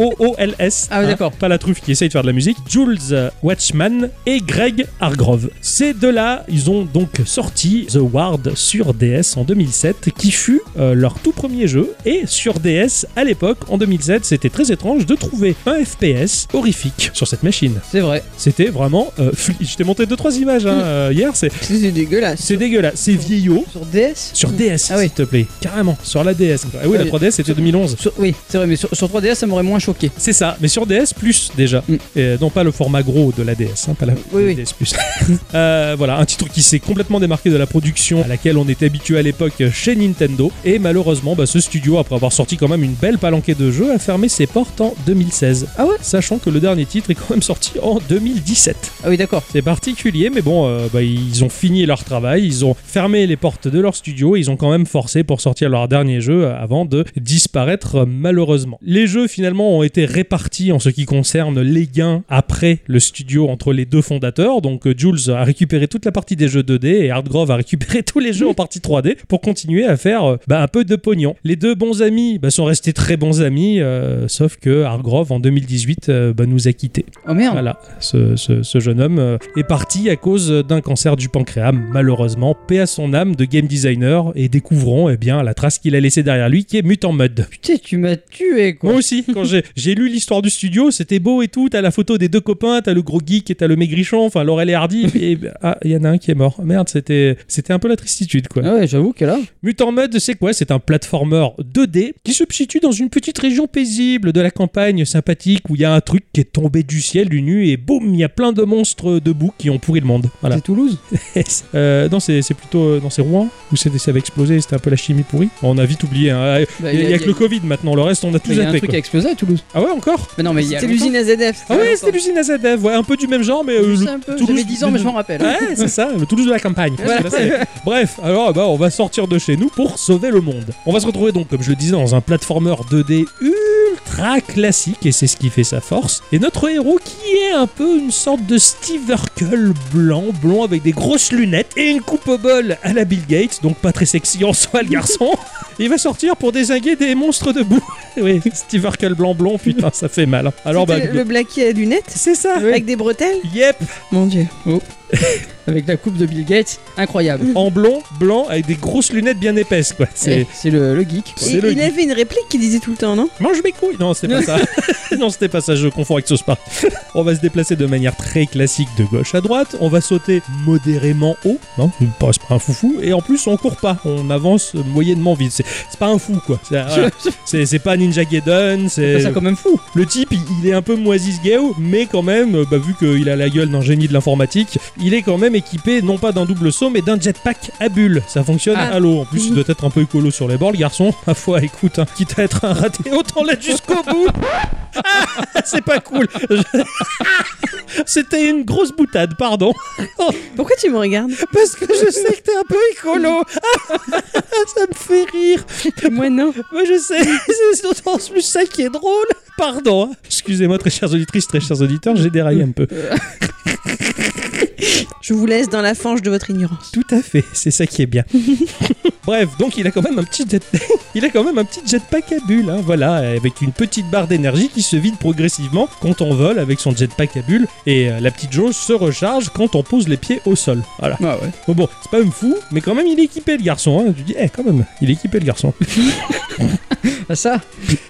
S1: J-O-O-L-S.
S2: Ah, ouais, d'accord.
S1: hein, Pas la truffe qui essaye de faire de la musique. Jules euh, Watchman et Greg Hargrove. Ces deux-là, ils ont donc sorti The Ward sur DS en 2007, qui fut euh, leur tout premier jeu. Et sur DS, à l'époque, en 2007, c'était très étrange de trouver un FPS horrifique sur cette machine.
S2: C'est vrai.
S1: C'était vraiment. euh, [laughs] fli- Je t'ai monté deux, trois images
S2: [laughs]
S1: hein, euh, hier. C'est
S3: C'est dégueulasse.
S1: c'est dégueulasse. C'est vieillot.
S2: Sur DS
S1: Sur DS,
S2: Ah oui.
S1: s'il te plaît. Carrément, sur la DS. Ah oui, la
S2: Oui.
S1: 3DS, c'était 2011.
S2: Sur- Oui, c'est vrai, mais sur, sur 3DS, ça m'aurait moins choqué.
S1: C'est ça, mais sur DS plus déjà.
S2: Mm.
S1: Et euh, non pas le format gros de la DS, hein, pas la
S2: Oui, oui.
S1: DS plus. [laughs] Euh, voilà, un titre qui s'est complètement démarqué de la production à laquelle on était habitué à l'époque chez Nintendo. Et malheureusement, bah, ce studio, après avoir sorti quand même une belle palanquée de jeux, a fermé ses portes en 2016.
S2: Ah ouais
S1: Sachant que le dernier titre est quand même sorti en 2017.
S2: Ah oui, d'accord.
S1: C'est particulier, mais bon, euh, bah, ils ont fini leur travail, ils ont fermé les portes de leur studio, ils ont quand même forcé pour sortir leur dernier jeu euh, avant de disparaître euh, malheureusement. Les jeux finalement ont été répartis en ce qui concerne les gains après le studio entre les deux fondateurs. [laughs] Donc euh, Jules a récupéré toute la partie des jeux 2D et Hardgrove a récupéré tous les jeux en partie 3D pour continuer à à faire euh, bah, un peu de pognon. Les deux bons amis bah, sont restés très bons amis, euh, sauf que Hargrove en 2018 euh, bah, nous a quittés.
S2: Oh merde.
S1: Voilà, ce, ce- ce jeune homme euh, est parti à cause d'un cancer du pancréas, malheureusement. Paix à son âme de game designer et découvrons eh bien, la trace qu'il a laissée derrière lui qui est Mutant Mud.
S2: Putain, tu m'as tué quoi.
S1: Moi aussi, quand j'ai- j'ai lu l'histoire du studio, c'était beau et tout. T'as la photo des deux copains, t'as le gros geek et t'as le maigrichon, enfin Laurel et Hardy. Et ah, il y en a un qui est mort. Merde, c'était c'était un peu la tristitude quoi.
S2: Ah ouais, j'avoue qu'elle a.
S1: Mutant Mud, c'est quoi C'est un platformer 2D qui se situe dans une petite région paisible de la campagne sympathique où il y a un truc qui est tombé du ciel, du nu, et boum, il y a plein de monstres debout qui ont pourri le monde.
S2: [laughs]
S1: Voilà.
S2: C'est Toulouse.
S1: Euh, non, c'est c'est plutôt euh, non, c'est Rouen où c'était- ça avait explosé, c'était un peu la chimie pourrie. On a vite oublié. hein.
S2: Bah,
S1: Il n'y a,
S2: y a-
S1: que le Covid maintenant, le reste on a tout
S2: mais il y a un
S1: zappé. quoi.
S2: truc qui a explosé à Toulouse.
S1: Ah ouais, encore
S2: Mais non, mais il y a.
S3: C'était
S2: longtemps.
S3: l'usine AZF.
S1: Ah ouais, c'était l'usine AZF, ouais, un peu du même genre, mais. euh,
S2: Je
S1: le-
S2: sais un peu.
S1: Toulouse-
S2: J'avais 10 ans, mais je m'en rappelle.
S1: Ouais, c'est ça, le Toulouse de la campagne.
S2: Voilà.
S1: Là, c'est- Bref, alors bah, on va sortir de chez nous pour sauver le monde. On va se retrouver donc, comme je le disais, dans un platformer 2D ultra classique, et c'est ce qui fait sa force. Et notre héros qui est un peu une sorte de Steve Urkel blanc, blond avec des grosses lunettes et une coupe au bol à la Bill Gates, donc pas très sexy en soi le
S3: [laughs]
S1: garçon. Il va sortir pour désinguer des monstres debout. [laughs] oui, Steve Urkel blanc blond, putain, ça fait mal. hein. Alors bah. Ah
S3: C'était le blackie à lunettes
S1: C'est ça
S3: Avec des bretelles
S1: Yep
S3: Mon dieu.
S2: Avec la coupe de Bill Gates. Incroyable.
S1: en blond, blanc, avec des grosses lunettes bien épaisses, quoi.
S2: Eh,
S1: C'est.
S2: C'est le, le geek.
S1: C'est
S3: Et
S1: le
S3: il
S1: geek.
S3: avait une réplique qui disait tout le temps, non
S1: Mange mes couilles Non, c'était pas ça. non, c'était pas ça, je confonds avec Sauce Park. on va se déplacer de manière très classique de gauche à droite, on va sauter modérément haut, non C'est pas, c'est pas un foufou, et en plus, on court pas, on avance moyennement vite. C'est c'est pas un fou, quoi. C'est voilà. C'est- c'est pas Ninja Gaiden,
S2: Je
S1: c'est.
S2: trouve ça quand même fou.
S1: Le type, il, il est un peu moisi ce Gao, mais quand même, euh, bah, vu qu'il a la gueule d'un génie de l'informatique, il est quand même équipé non pas d'un double saut, mais d'un jetpack à bulles. Ça fonctionne
S3: Ah.
S1: à l'eau. En plus, il doit être un peu écolo sur les bords, le garçon. [laughs] Ma foi, écoute, hein, quitte à être un raté, autant l'être jusqu'au bout. Ah, c'est pas cool. [laughs] Je- C'était une grosse boutade, pardon.
S3: Pourquoi tu me regardes
S1: Parce que je sais que t'es un peu écolo. Ah, [laughs] ça me fait rire.
S3: [laughs] Moi non.
S1: Moi je sais, [laughs] c'est d'autant plus ça qui est drôle. Pardon. hein. Excusez-moi, très chères auditrices, très chers auditeurs, j'ai déraillé un peu.
S3: Je vous laisse dans la fange de votre ignorance.
S1: Tout à fait, c'est ça qui est bien. Bref, donc il a quand même un petit jet... [laughs] il a quand même un petit jetpack à bulles, hein, voilà, avec une petite barre d'énergie qui se vide progressivement quand on vole avec son jetpack à bulles et euh, la petite jauge se recharge quand on pose les pieds au sol. Voilà.
S2: Ah ouais.
S1: Bon, bon, c'est pas un fou, mais quand même il est équipé le garçon. hein. Tu dis, eh, quand même, il est équipé le garçon.
S2: Ah, ça.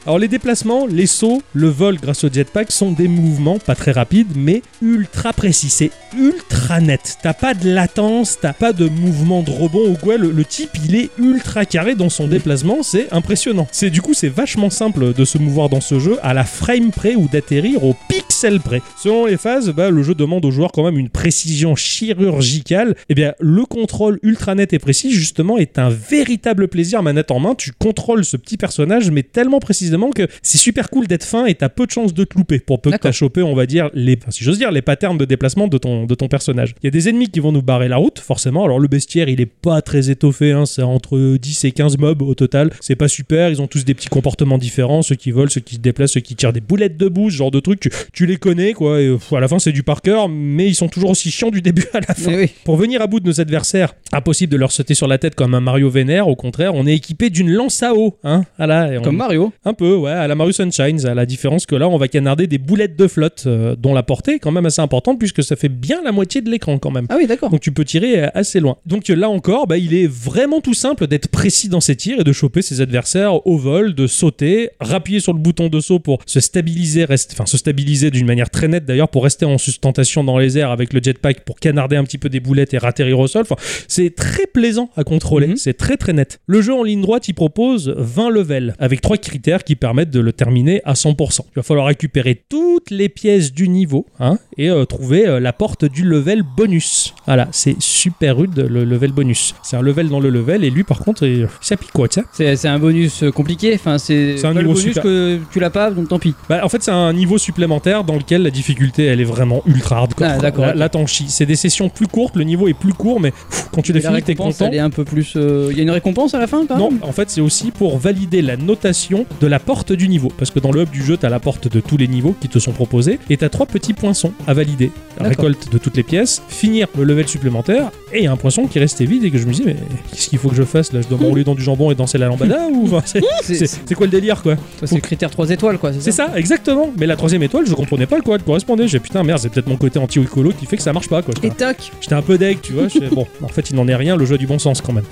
S1: Alors les déplacements, les sauts, le vol grâce au jetpack sont des mouvements pas très rapides mais ultra précis, c'est ultra net. T'as pas de latence, t'as pas de mouvement de rebond ou quoi, le, le type il est ultra carré dans son déplacement, c'est impressionnant. C'est du coup c'est vachement simple de se mouvoir dans ce jeu à la frame près ou d'atterrir au pixel près. Selon les phases, bah, le jeu demande aux joueurs quand même une précision chirurgicale. Eh bien le contrôle ultra net et précis justement est un véritable plaisir manette en main. Tu contrôles ce petit personnage mais tellement précisément que c'est super cool d'être fin et t'as peu de chances de te louper pour peu que
S2: D'accord.
S1: t'as chopé on va dire les enfin, si j'ose dire les patterns de déplacement de ton de ton personnage. Il y a des ennemis qui vont nous barrer la route forcément. Alors le bestiaire il est pas très étoffé hein. c'est entre 10 et 15 mobs au total. C'est pas super, ils ont tous des petits comportements différents, ceux qui volent, ceux qui se déplacent, ceux qui tirent des boulettes de boue, ce genre de truc. Tu, tu les connais quoi et euh, à la fin c'est du par cœur mais ils sont toujours aussi chiants du début à la fin.
S2: Mais oui.
S1: Pour venir à bout de nos adversaires, impossible de leur sauter sur la tête comme un Mario vénère. Au contraire, on est équipé d'une lance à eau. Hein voilà, et on-
S2: Comme Mario.
S1: Un peu, ouais, à la Mario Sunshine, à la différence que là, on va canarder des boulettes de flotte, euh, dont la portée est quand même assez importante, puisque ça fait bien la moitié de l'écran quand même.
S2: Ah oui, d'accord.
S1: Donc tu peux tirer euh, assez loin. Donc là encore, bah, il est vraiment tout simple d'être précis dans ses tirs et de choper ses adversaires au vol, de sauter, rappuyer sur le bouton de saut pour se stabiliser, reste- enfin se stabiliser d'une manière très nette d'ailleurs pour rester en sustentation dans les airs avec le jetpack pour canarder un petit peu des boulettes et ratterrir au sol. Enfin, c'est très plaisant à contrôler,
S2: Mhm.
S1: c'est très très net. Le jeu en ligne droite, il propose 20 levels avec trois critères qui permettent de le terminer à 100%. Il va falloir récupérer toutes les pièces du niveau hein, et euh, trouver euh, la porte du level bonus. Voilà, c'est super rude le level bonus. C'est un level dans le level et lui par contre, il, ça pique quoi, tiens
S2: C'est c'est un bonus euh, compliqué. Enfin, c'est
S1: C'est un
S2: pas le
S1: niveau
S2: bonus
S1: super.
S2: que tu l'as pas, donc tant pis.
S1: Bah, en fait, c'est un niveau supplémentaire dans lequel la difficulté, elle est vraiment ultra hardcore.
S2: Ah, d'accord,
S1: là,
S2: ok.
S1: là, t'en chies. C'est des sessions plus courtes, le niveau est plus court, mais pff, quand tu l'as
S2: Et la
S1: fini, t'es
S2: récompense,
S1: content.
S2: elle est un peu plus. euh, Il y a une récompense à la fin, par
S1: Non,
S2: exemple
S1: en fait, c'est aussi pour valider la notation de la porte du niveau. Parce que dans le hub du jeu, t'as la porte de tous les niveaux qui te sont proposés et t'as trois petits poinçons à valider. La
S2: D'accord.
S1: récolte de toutes les pièces, finir le level supplémentaire et un poinçon qui restait vide et que je me disais, mais qu'est-ce qu'il faut que je je fasse là Je dois m'enrouler dans du jambon et danser la lambada ou enfin, c'est- c'est
S2: C'est
S1: c'est quoi le délire quoi
S2: toi, c'est critère 3 étoiles, quoi.
S1: C'est ça, exactement. Mais la troisième étoile, je comprenais pas à quoi elle correspondait. J'ai putain merde, c'est peut-être mon côté anti-écolo qui fait que ça marche pas quoi.
S3: Et toc
S1: J'étais un peu deg, tu vois. j'étais- Bon, en fait, il n'en est rien, le jeu a du bon sens quand même.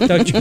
S1: Et tac.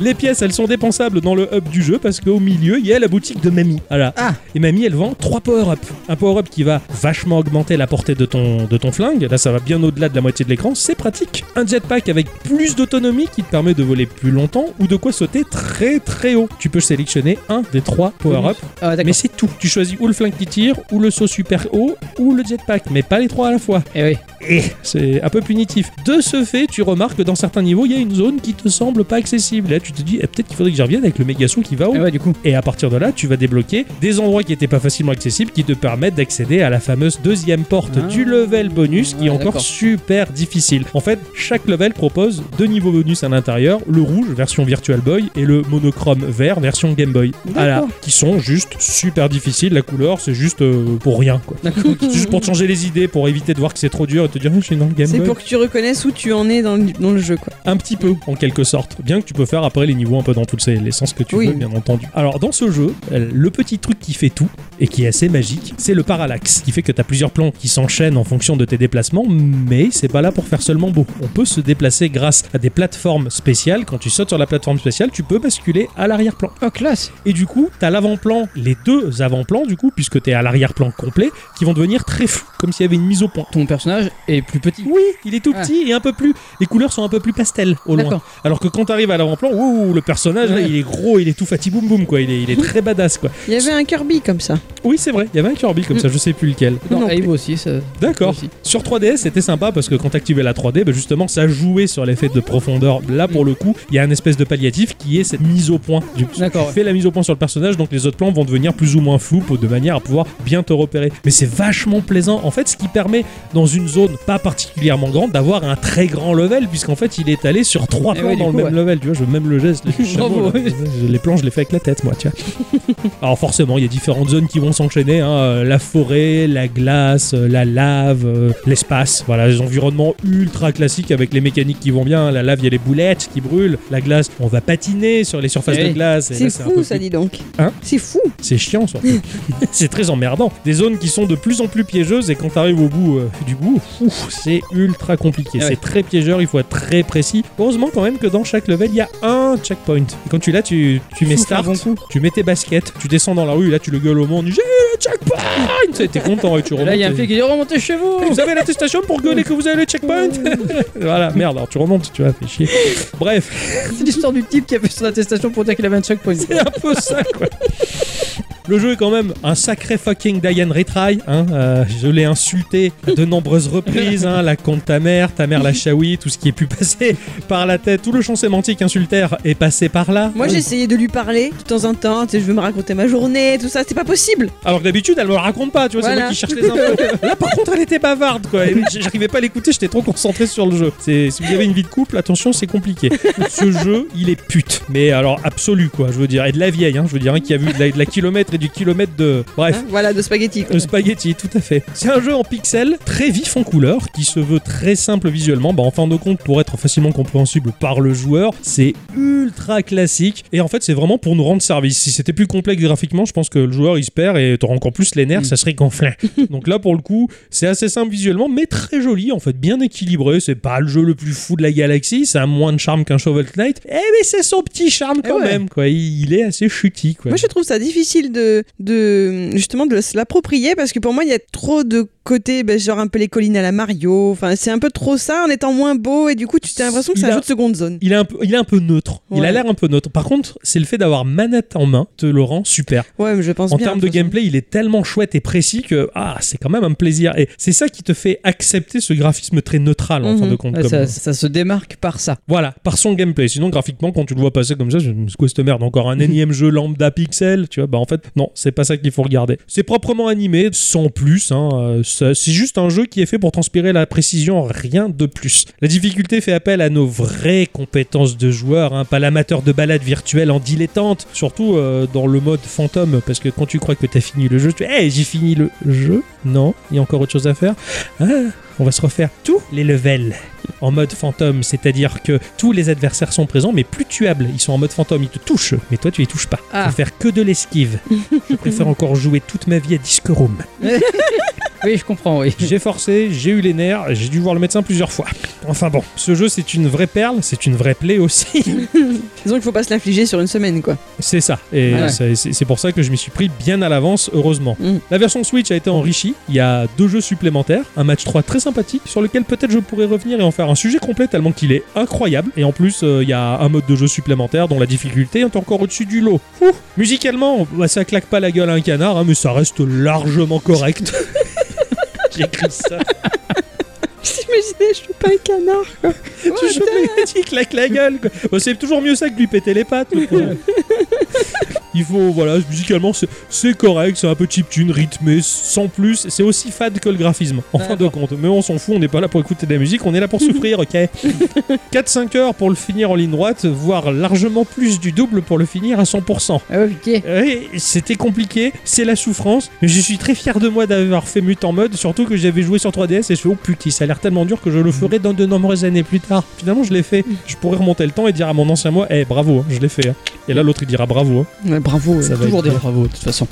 S1: Les pièces, elles sont dépensables dans le hub du jeu parce qu'au milieu, il y a la boutique de Mamie. Voilà.
S2: Ah.
S1: Et Mamie, elle vend trois power-up. Un power-up qui va vachement augmenter la portée de ton, de ton flingue. Là, ça va bien au-delà de la moitié de l'écran. C'est pratique. Un jetpack avec plus d'autonomie qui te permet de voler plus longtemps ou de quoi sauter très très haut. Tu peux sélectionner un des trois power-up
S2: Ah,
S1: mais
S2: d'accord.
S1: c'est tout. Tu choisis ou le flingue qui tire, ou le saut super haut, ou le jetpack, mais pas les trois à la fois.
S2: Eh
S1: [laughs]
S2: oui.
S1: Eh, c'est un peu punitif. De ce fait, tu remarques que dans certains niveaux, il y a une zone qui te semble pas accessible. Là, tu te dis, eh, peut-être qu'il faudrait que j'y revienne avec le méga saut qui va haut.
S2: Eh ouais, du coup.
S1: Et à partir de là, tu vas débloquer des endroits qui n'étaient pas facilement accessibles qui te permettent d'accéder à la fameuse deuxième porte
S2: Ah.
S1: du level bonus qui est
S2: Ah,
S1: encore
S2: d'accord.
S1: super difficile. En fait, chaque level propose deux niveaux bonus à l'intérieur, le rouge version Virtual Boy et le monochrome vert version Game Boy. Voilà, qui sont juste super difficiles, la couleur c'est juste euh, pour rien quoi.
S2: D'accord.
S1: C'est juste pour te changer les idées, pour éviter de voir que c'est trop dur et te dire Ah, je suis dans le Game
S3: C'est
S1: Boy.
S3: pour que tu reconnaisses où tu en es dans le, dans le jeu, quoi.
S1: Un petit peu, en quelque sorte. Bien que tu peux faire après les niveaux un peu dans tous les les sens que tu
S3: Oui.
S1: veux, bien entendu. Alors, dans ce jeu, euh, le petit truc qui fait tout, et qui est assez magique, c'est le parallaxe, qui fait que tu as plusieurs plans qui s'enchaînent en fonction de tes déplacements, mais c'est pas là pour faire seulement beau. On peut se déplacer grâce à des plateformes spéciales. Quand tu sautes sur la plateforme spéciale, tu peux basculer à l'arrière-plan.
S2: Oh, classe.
S1: Et du coup, t'as l'avant-plan, les deux avant-plans, du coup, puisque t'es à l'arrière-plan complet, qui vont devenir très flous, comme s'il y avait une mise au point.
S2: Ton personnage est plus petit.
S1: Oui, il est tout
S2: Ah.
S1: petit et un peu plus. Les couleurs sont un peu plus pastel au loin.
S2: D'accord.
S1: Alors que quand t'arrives à l'avant-plan, ouh, le personnage, là,
S2: Ouais.
S1: il est gros, il est tout fatty boum boum, quoi. Il est, il est très badass, quoi.
S3: Il y avait un Kirby comme ça.
S1: Oui, c'est vrai, il y avait un Kirby
S2: Mm.
S1: comme ça, je sais plus lequel.
S2: Non,
S3: Non
S2: Abe aussi, ça.
S1: D'accord.
S2: Aussi.
S1: Sur 3DS, c'était sympa parce que quand t'activais la 3D, bah, justement, ça jouait sur l'effet de profondeur. Là, pour le coup, il y a un espèce de palliatif qui est cette mise au point. Du, tu
S2: D'accord, ouais.
S1: fais la mise au point sur le personnage, donc les autres plans vont devenir plus ou moins flous pour- de manière à pouvoir bien te repérer. Mais c'est vachement plaisant. En fait, ce qui permet, dans une zone pas particulièrement grande, d'avoir un très grand level, puisqu'en fait, il est allé sur trois
S2: Eh
S1: plans
S2: ouais, du
S1: dans
S2: coup,
S1: le même
S2: ouais.
S1: level. Tu vois, je veux même le geste.
S2: [laughs]
S1: du chameau,
S2: Bravo,
S1: là.
S2: ouais.
S1: Les plans, je les fais avec la tête, moi, tu vois. Alors forcément, il y a différentes zones qui vont s'enchaîner. hein. Euh, La forêt, la glace, euh, la lave, euh, l'espace. Voilà, les environnements ultra classiques avec les mécaniques qui vont bien. hein. La lave, il y a les boulettes qui brûlent. La glace, on va patiner sur les surfaces
S2: Eh
S1: de
S2: oui.
S1: glace. Et là,
S3: C'est
S1: un peu
S3: fou, ça
S1: plus-
S3: dit donc.
S1: Hein
S3: C'est fou.
S1: C'est chiant, surtout. [laughs] c'est très emmerdant. Des zones qui sont de plus en plus piégeuses et quand t'arrives au bout euh, du bout, ouf, c'est ultra compliqué.
S2: Eh ouais.
S1: C'est très piégeur, il faut être très précis. Heureusement quand même que dans chaque level, il y a un checkpoint. Et quand tu l'as, tu, tu mets
S2: Souffle
S1: start.
S2: avant tout.
S1: Tu mets tes baskets, tu descends dans la rue, là tu le gueules au monde, j'ai le checkpoint T'es content et tu remontes.
S2: Là, il y a un
S1: et-
S2: flic qui dit Remontez chez [laughs] vous
S1: Vous avez l'attestation pour gueuler que vous avez le checkpoint [laughs] Voilà, merde, alors tu remontes, tu vas fais chier. Bref, [laughs]
S2: C'est l'histoire du type qui a fait son attestation pour dire qu'il avait un checkpoint.
S1: c'est un peu ça quoi. Le jeu est quand même un sacré fucking Diane Retry. Hein, euh, je l'ai insulté à de nombreuses reprises. Hein, la compte ta mère, ta mère la chaoui, tout ce qui est pu passer [laughs] par la tête, tout le champ sémantique insultaire est passé par là.
S3: Moi, j'essayais de lui parler de temps en temps. tu sais, Je veux me raconter ma journée, tout ça. C'était pas possible.
S1: Alors que d'habitude, elle me le raconte pas, tu vois, c'est
S3: Voilà.
S1: moi qui cherche les infos. Là, par contre, elle était bavarde, quoi. Et j- J'arrivais pas à l'écouter, j'étais trop concentré sur le jeu. C'est, si vous avez une vie de couple, attention, c'est compliqué. Ce jeu, il est pute. Mais alors, absolu, quoi, je veux dire. Et de la vieille, hein, je veux dire, hein, qui a vu de la, de la kilomètre et du kilomètre de. Bref.
S3: Hein, voilà, de spaghettis. quoi.
S1: Le spaghetti, tout à fait. C'est un jeu en pixels très vif en couleur qui se veut très simple visuellement. Bah, en fin de compte, pour être facilement compréhensible par le joueur, c'est ultra classique. Et en fait, c'est vraiment pour nous rendre service. Si c'était plus complexe graphiquement, je pense que le joueur il se perd et t'auras encore plus les nerfs,
S2: Mm.
S1: ça serait
S2: [laughs]
S1: gonflé. Donc là, pour le coup, c'est assez simple visuellement, mais très joli en fait, bien équilibré. C'est pas le jeu le plus fou de la galaxie, ça a moins de charme qu'un Shovel Knight. Eh, mais c'est son petit charme
S2: Eh
S1: quand
S2: ouais.
S1: même, quoi. Il il est assez chutis, quoi.
S3: Moi, je trouve ça difficile de, de justement de se l'approprier parce que pour moi, il y a trop de côtés, ben, genre un peu les collines à la Mario. Enfin, c'est un peu trop ça en étant moins beau et du coup, tu as l'impression que c'est
S1: Il
S3: un
S1: a-
S3: jeu de seconde zone.
S1: Il est un peu, il est un peu neutre. Il a
S3: Ouais.
S1: l'air un peu neutre. Par contre, c'est le fait d'avoir manette en main te le rend super.
S3: Ouais, mais je pense
S1: En
S3: bien.
S1: termes de
S3: façon.
S1: gameplay, il est tellement chouette et précis que ah, c'est quand même un plaisir. Et c'est ça qui te fait accepter ce graphisme très neutral en
S3: Mhm.
S1: fin de compte.
S2: Ouais,
S1: comme-
S2: ça, ça se démarque par ça.
S1: Voilà, par son gameplay. Sinon, graphiquement, quand tu le vois passer comme ça, je me dis, C'est quoi cette merde Encore un énième jeu lambda pixel Tu vois, bah en fait, non, c'est pas ça qu'il faut regarder. C'est proprement animé, sans plus. hein, euh, ça- c'est juste un jeu qui est fait pour transpirer la précision, rien de plus. La difficulté fait appel à nos vraies compétences de joueur, hein, pas l'amateur de balade virtuelle en dilettante, surtout euh, dans le mode fantôme, parce que quand tu crois que t'as fini le jeu, tu fais, hey, j'ai fini le jeu Non, il y a encore autre chose à faire. Ah, on va se refaire tous les levels. en mode fantôme, c'est-à-dire que tous les adversaires sont présents, mais plus tuables. Ils sont en mode fantôme, ils te touchent, mais toi tu les touches pas.
S2: Ah.
S1: Faut faire que de l'esquive. Je préfère encore jouer toute ma vie à Disc Room.
S2: Oui, je comprends, oui.
S1: J'ai forcé, j'ai eu les nerfs, j'ai dû voir le médecin plusieurs fois. Enfin bon, ce jeu c'est une vraie perle, c'est une vraie plaie aussi.
S3: Disons qu'il faut pas se l'infliger sur une semaine, quoi. [laughs]
S1: C'est ça. Et
S2: Ouais.
S1: c'est- c'est c'est pour ça que je m'y suis pris bien à l'avance, heureusement.
S3: Mm.
S1: La version Switch a été enrichie. Il y a deux jeux supplémentaires, un match 3 très sympathique sur lequel peut-être je pourrais revenir et en faire un sujet complet tellement qu'il est incroyable. Et en plus, euh, il y a un mode de jeu supplémentaire dont la difficulté est encore au-dessus du lot. Ouh. musicalement, bah, ça claque pas la gueule à un canard, hein, mais ça reste largement correct. J'écris ça.
S3: J'imaginais, je suis pas un canard.
S1: Tu joues, il claque la gueule. quoi. Bah, c'est toujours mieux ça que de lui péter les pattes. le pauvre. Il faut, voilà, musicalement, c'est- c'est correct, c'est un peu chiptune, rythmé, sans plus. C'est aussi fade que le graphisme, en fin de compte. Mais on s'en fout, on n'est pas là pour écouter de la musique, on est là pour souffrir, ok 4-5 heures pour le finir en ligne droite, voire largement plus du double pour le finir à 100%.
S2: Ah ouais, ok.
S1: Oui, c'était compliqué, c'est la souffrance, mais je suis très fier de moi d'avoir fait Mute en mode, surtout que j'avais joué sur 3DS et je fais oh putain, ça a l'air tellement dur que je le ferai dans de nombreuses années plus tard. Finalement, je l'ai fait. Je pourrais remonter le temps et dire à mon ancien moi, eh bravo, hein, je l'ai fait. hein. Et là, l'autre il dira bravo. hein.
S2: Ouais, bravo,
S1: Ça
S2: euh,
S1: va
S2: toujours
S1: être
S2: des
S1: bien.
S2: bravo de toute façon.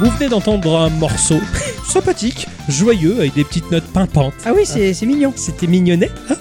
S1: Vous venez d'entendre un morceau [laughs] sympathique, joyeux, avec des petites notes pimpantes.
S2: Ah oui, c'est c'est mignon.
S1: C'était mignonnet. hein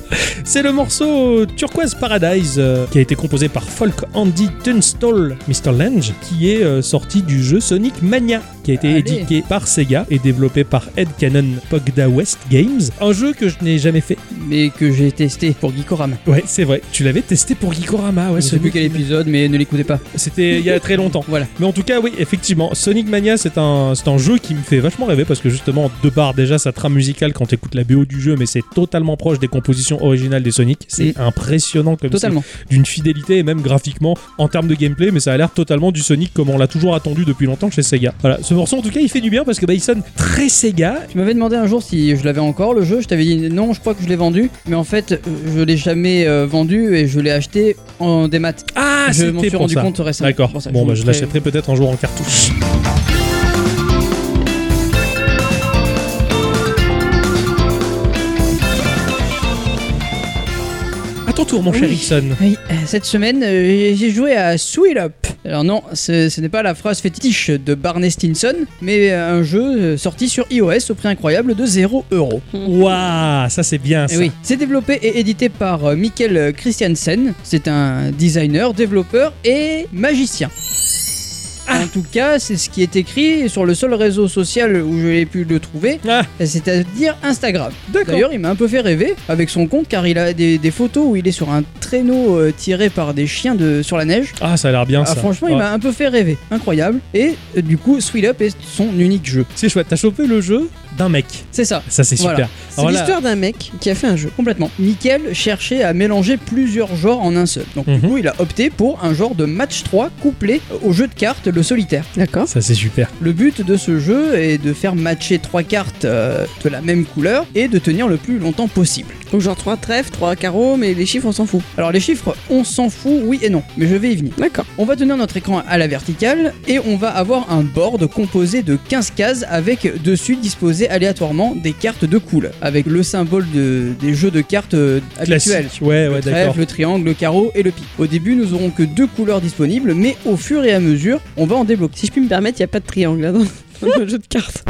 S1: C'est le morceau Turquoise Paradise euh, qui a été composé par Folk Andy Tunstall, Mr. Lange, qui est euh, sorti du jeu Sonic Mania, qui a été
S2: Allez.
S1: édiqué par Sega et développé par Ed Cannon Pogda West Games. Un jeu que je n'ai jamais fait.
S2: Mais que j'ai testé pour Geekorama.
S1: Ouais, c'est vrai. Tu l'avais testé pour Gikorama, ouais.
S2: Je sais
S1: Sonic
S2: plus quel
S1: Mania.
S2: épisode, mais ne l'écoutez pas.
S1: C'était il y a très longtemps.
S2: Voilà.
S1: Mais en tout cas, oui, effectivement, Sonic Mania, c'est un, c'est un jeu qui me fait vachement rêver parce que justement, de part déjà sa trame musicale quand t'écoutes la BO du jeu, mais c'est totalement proche des compositions originales des Sonic. C'est impressionnant comme ça,
S2: Totalement.
S1: d'une fidélité et même graphiquement en termes de gameplay, mais ça a l'air totalement du Sonic comme on l'a toujours attendu depuis longtemps chez Sega. Voilà, ce morceau en tout cas, il fait du bien parce que bah, il sonne très Sega.
S2: Tu m'avais demandé un jour si je l'avais encore le jeu. Je t'avais dit non, je crois que je l'ai vendu. Mais en fait, euh, je l'ai jamais euh, vendu et je l'ai acheté en démat.
S1: Ah,
S2: je m'en
S1: c'était
S2: suis
S1: pour
S2: rendu
S1: ça.
S2: compte récemment.
S1: D'accord.
S2: Pour ça,
S1: Bon,
S2: vous
S1: bah, je
S2: montrerai-
S1: l'achèterai peut-être un jour en cartouche. À ton tour, mon cher
S2: Oui.
S1: Ixon.
S2: Oui, euh, cette semaine, euh, j'ai joué à Sweet Up. Alors non, ce, ce n'est pas la phrase fétiche de Barney Stinson, mais un jeu euh, sorti sur iOS au prix incroyable de 0 euros.
S1: Waouh, ça c'est bien
S2: Eh
S1: Ah, ça.
S2: oui. C'est développé et édité par euh, Michael Christiansen. C'est un designer, développeur et magicien.
S1: Ah.
S2: En tout cas, c'est ce qui est écrit sur le seul réseau social où je l'ai pu le trouver,
S1: Ah,
S2: c'est-à-dire Instagram.
S1: d'accord.
S2: D'ailleurs, il m'a un peu fait rêver avec son compte car il a des, des photos où il est sur un traîneau euh, tiré par des chiens de, sur la neige.
S1: Ah, ça a l'air bien
S2: Ah,
S1: ça.
S2: franchement,
S1: Ah,
S2: il m'a un peu fait rêver. Incroyable. Et euh, du coup, Sweet Up est son unique jeu.
S1: C'est chouette, t'as chopé le jeu d'un mec.
S2: C'est ça,
S1: Ça c'est
S2: Voilà.
S1: super.
S3: C'est
S1: Ah. Alors là-
S3: l'histoire d'un mec qui a fait un jeu.
S2: complètement. Michael cherchait à mélanger plusieurs genres en un seul. Donc, du
S1: Mhm.
S2: coup, il a opté pour un genre de match 3 couplé au jeu de cartes, le solitaire.
S3: D'accord.
S1: Ça c'est super.
S2: Le but de ce jeu est de faire matcher trois cartes euh, de la même couleur et de tenir le plus longtemps possible.
S3: Donc genre 3 trèfles, 3 carreaux, mais les chiffres on s'en fout.
S2: Alors, les chiffres, on s'en fout, oui et non, mais je vais y venir.
S3: D'accord.
S2: On va tenir notre écran à la verticale et on va avoir un board composé de 15 cases avec dessus disposées aléatoirement des cartes de couleur avec le symbole de- des jeux de cartes euh, habituels.
S1: Classique. Ouais, ouais, d'accord.
S2: Trèfle, le triangle, le carreau et le pic. Au début, nous aurons que deux couleurs disponibles, mais au fur et à mesure, on va en débloquer.
S3: Si je puis me permettre, il n'y a pas de triangle là dans [laughs] dans le jeu de cartes.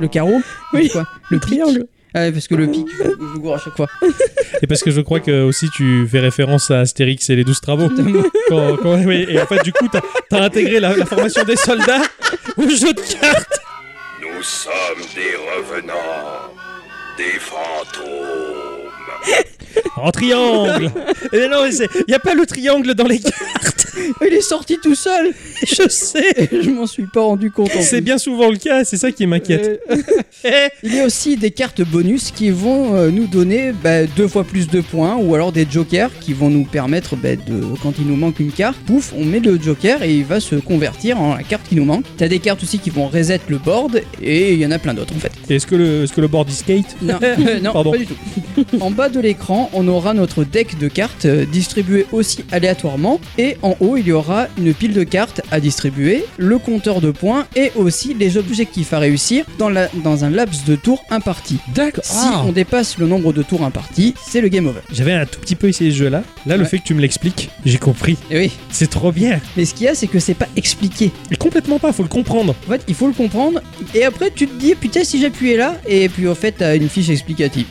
S2: Le carreau
S3: Oui.
S2: Quoi Le pic
S3: Triangle.
S2: Ah, parce que le pic, je, je gourre à chaque fois.
S1: Et parce que je crois que aussi tu fais référence à Astérix et les douze travaux. Quand- quand- oui, et en fait, du coup, t'as as intégré la, la formation des soldats au jeu de cartes.
S6: Nous sommes des revenants, des fantômes.
S1: En triangle. Et non, il n'y a pas le triangle dans les cartes.
S2: Il est sorti tout seul
S1: Je sais.
S2: Je m'en suis pas rendu compte. en
S1: C'est
S2: plus.
S1: bien souvent le cas, c'est ça qui m'inquiète.
S2: Euh,
S1: Eh,
S2: Il y a aussi des cartes bonus qui vont euh, nous donner bah, deux fois plus de points ou alors des jokers qui vont nous permettre bah, de quand il nous manque une carte, pouf, on met le joker et il va se convertir en la carte qui nous manque. T'as des cartes aussi qui vont reset le board et il y en a plein d'autres en fait.
S1: Et Est-ce que le, est-ce que le board is skate
S2: [laughs] Non, non,
S1: Pardon.
S2: pas du tout. En bas de l'écran, on aura notre deck de cartes euh, distribué aussi aléatoirement. Et en haut, il y aura une pile de cartes à distribuer, le compteur de points et aussi les objectifs à réussir dans, la- dans un laps de tour imparti.
S1: D'accord.
S2: Si on dépasse le nombre de tours impartis, c'est le game over.
S1: J'avais un tout petit peu essayé ce jeu-là. Là, le
S2: Ouais.
S1: fait que tu me l'expliques, j'ai compris.
S2: Et Eh oui,
S1: C'est trop bien.
S2: mais ce qu'il y a, c'est que c'est pas expliqué.
S1: Mais complètement pas, faut le comprendre.
S2: En fait, il faut le comprendre, et après tu te dis, putain, si j'appuyais là, et puis en fait, t'as une fiche explicative.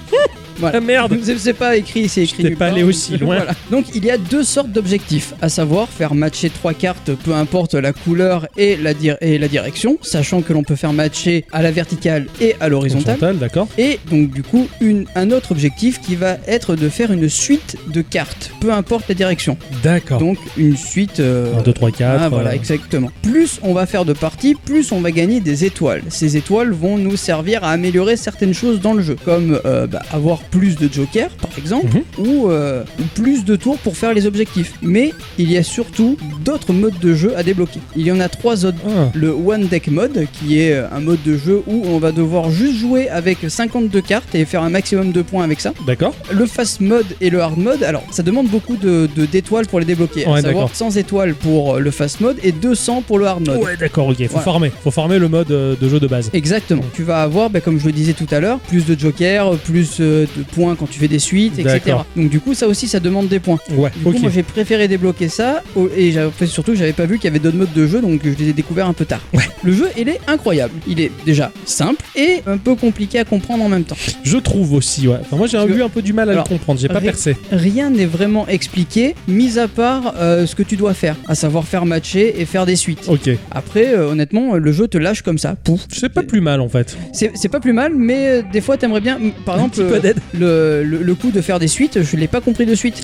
S2: Voilà.
S1: Ah merde.
S2: C'est c'est pas écrit, c'est écrit.
S1: t'es
S2: nulle
S1: pas
S2: part.
S1: allé aussi loin.
S2: Voilà. Donc il y a deux sortes d'objectifs, à savoir faire matcher trois cartes, peu importe la couleur et la, dir- et la direction, sachant que l'on peut faire matcher à la verticale et à l'horizontale.
S1: Horizontal, d'accord.
S2: Et donc du coup, une- un autre objectif qui va être de faire une suite de cartes, peu importe la direction.
S1: D'accord.
S2: Donc une suite... euh,
S1: 1, 2, 3, 4.
S2: ah, voilà, exactement. Plus on va faire de parties, plus on va gagner des étoiles. Ces étoiles vont nous servir à améliorer certaines choses dans le jeu, comme euh, bah, avoir plus de jokers, par exemple, ou, euh, ou plus de tours pour faire les objectifs. Mais il y a surtout d'autres modes de jeu à débloquer. Il y en a trois autres.
S1: Ah,
S2: Le One Deck Mode, qui est euh, un mode de jeu où on va devoir juste jouer avec 52 cartes et faire un maximum de points avec ça
S1: d'accord.
S2: le fast mode et le hard mode, alors ça demande beaucoup de de- d'étoiles pour les débloquer.
S1: Ouais,
S2: à savoir
S1: d'accord.
S2: 100 étoiles pour euh, le fast mode et 200 pour le hard mode.
S1: Ouais, d'accord, ok. Faut
S2: Voilà.
S1: farmer. Faut farmer le mode euh, de jeu de base.
S2: ben, Exactement. Tu vas avoir, bah, comme je le disais tout à l'heure, plus de jokers, plus euh, de points quand tu fais des suites, etc.
S1: D'accord.
S2: Donc du coup, ça aussi, ça demande des points.
S1: Ouais,
S2: Du coup,
S1: ok.
S2: moi j'ai préféré débloquer ça au- et j'avais- enfin, surtout j'avais pas vu qu'il y avait d'autres modes de jeu donc je les ai découverts un peu tard. Le jeu il est incroyable. Il est déjà simple et un peu compliqué à comprendre en même temps.
S1: Je trouve aussi, ouais. Enfin, moi, j'ai
S2: Parce que-
S1: eu un peu du mal à
S2: Alors,
S1: le comprendre, j'ai pas
S2: ré-
S1: percé.
S2: Rien n'est vraiment expliqué mis à part euh, ce que tu dois faire, à savoir faire matcher et faire des suites.
S1: Ok.
S2: Après euh, honnêtement le jeu te lâche comme ça. Pouf.
S1: C'est pas plus mal en fait.
S2: C'est c'est pas plus mal mais euh, des fois t'aimerais bien par exemple
S1: petit peu
S2: euh,
S1: d'aide.
S2: le, le- le coup de faire des suites je l'ai pas compris
S3: [laughs]
S2: de suite.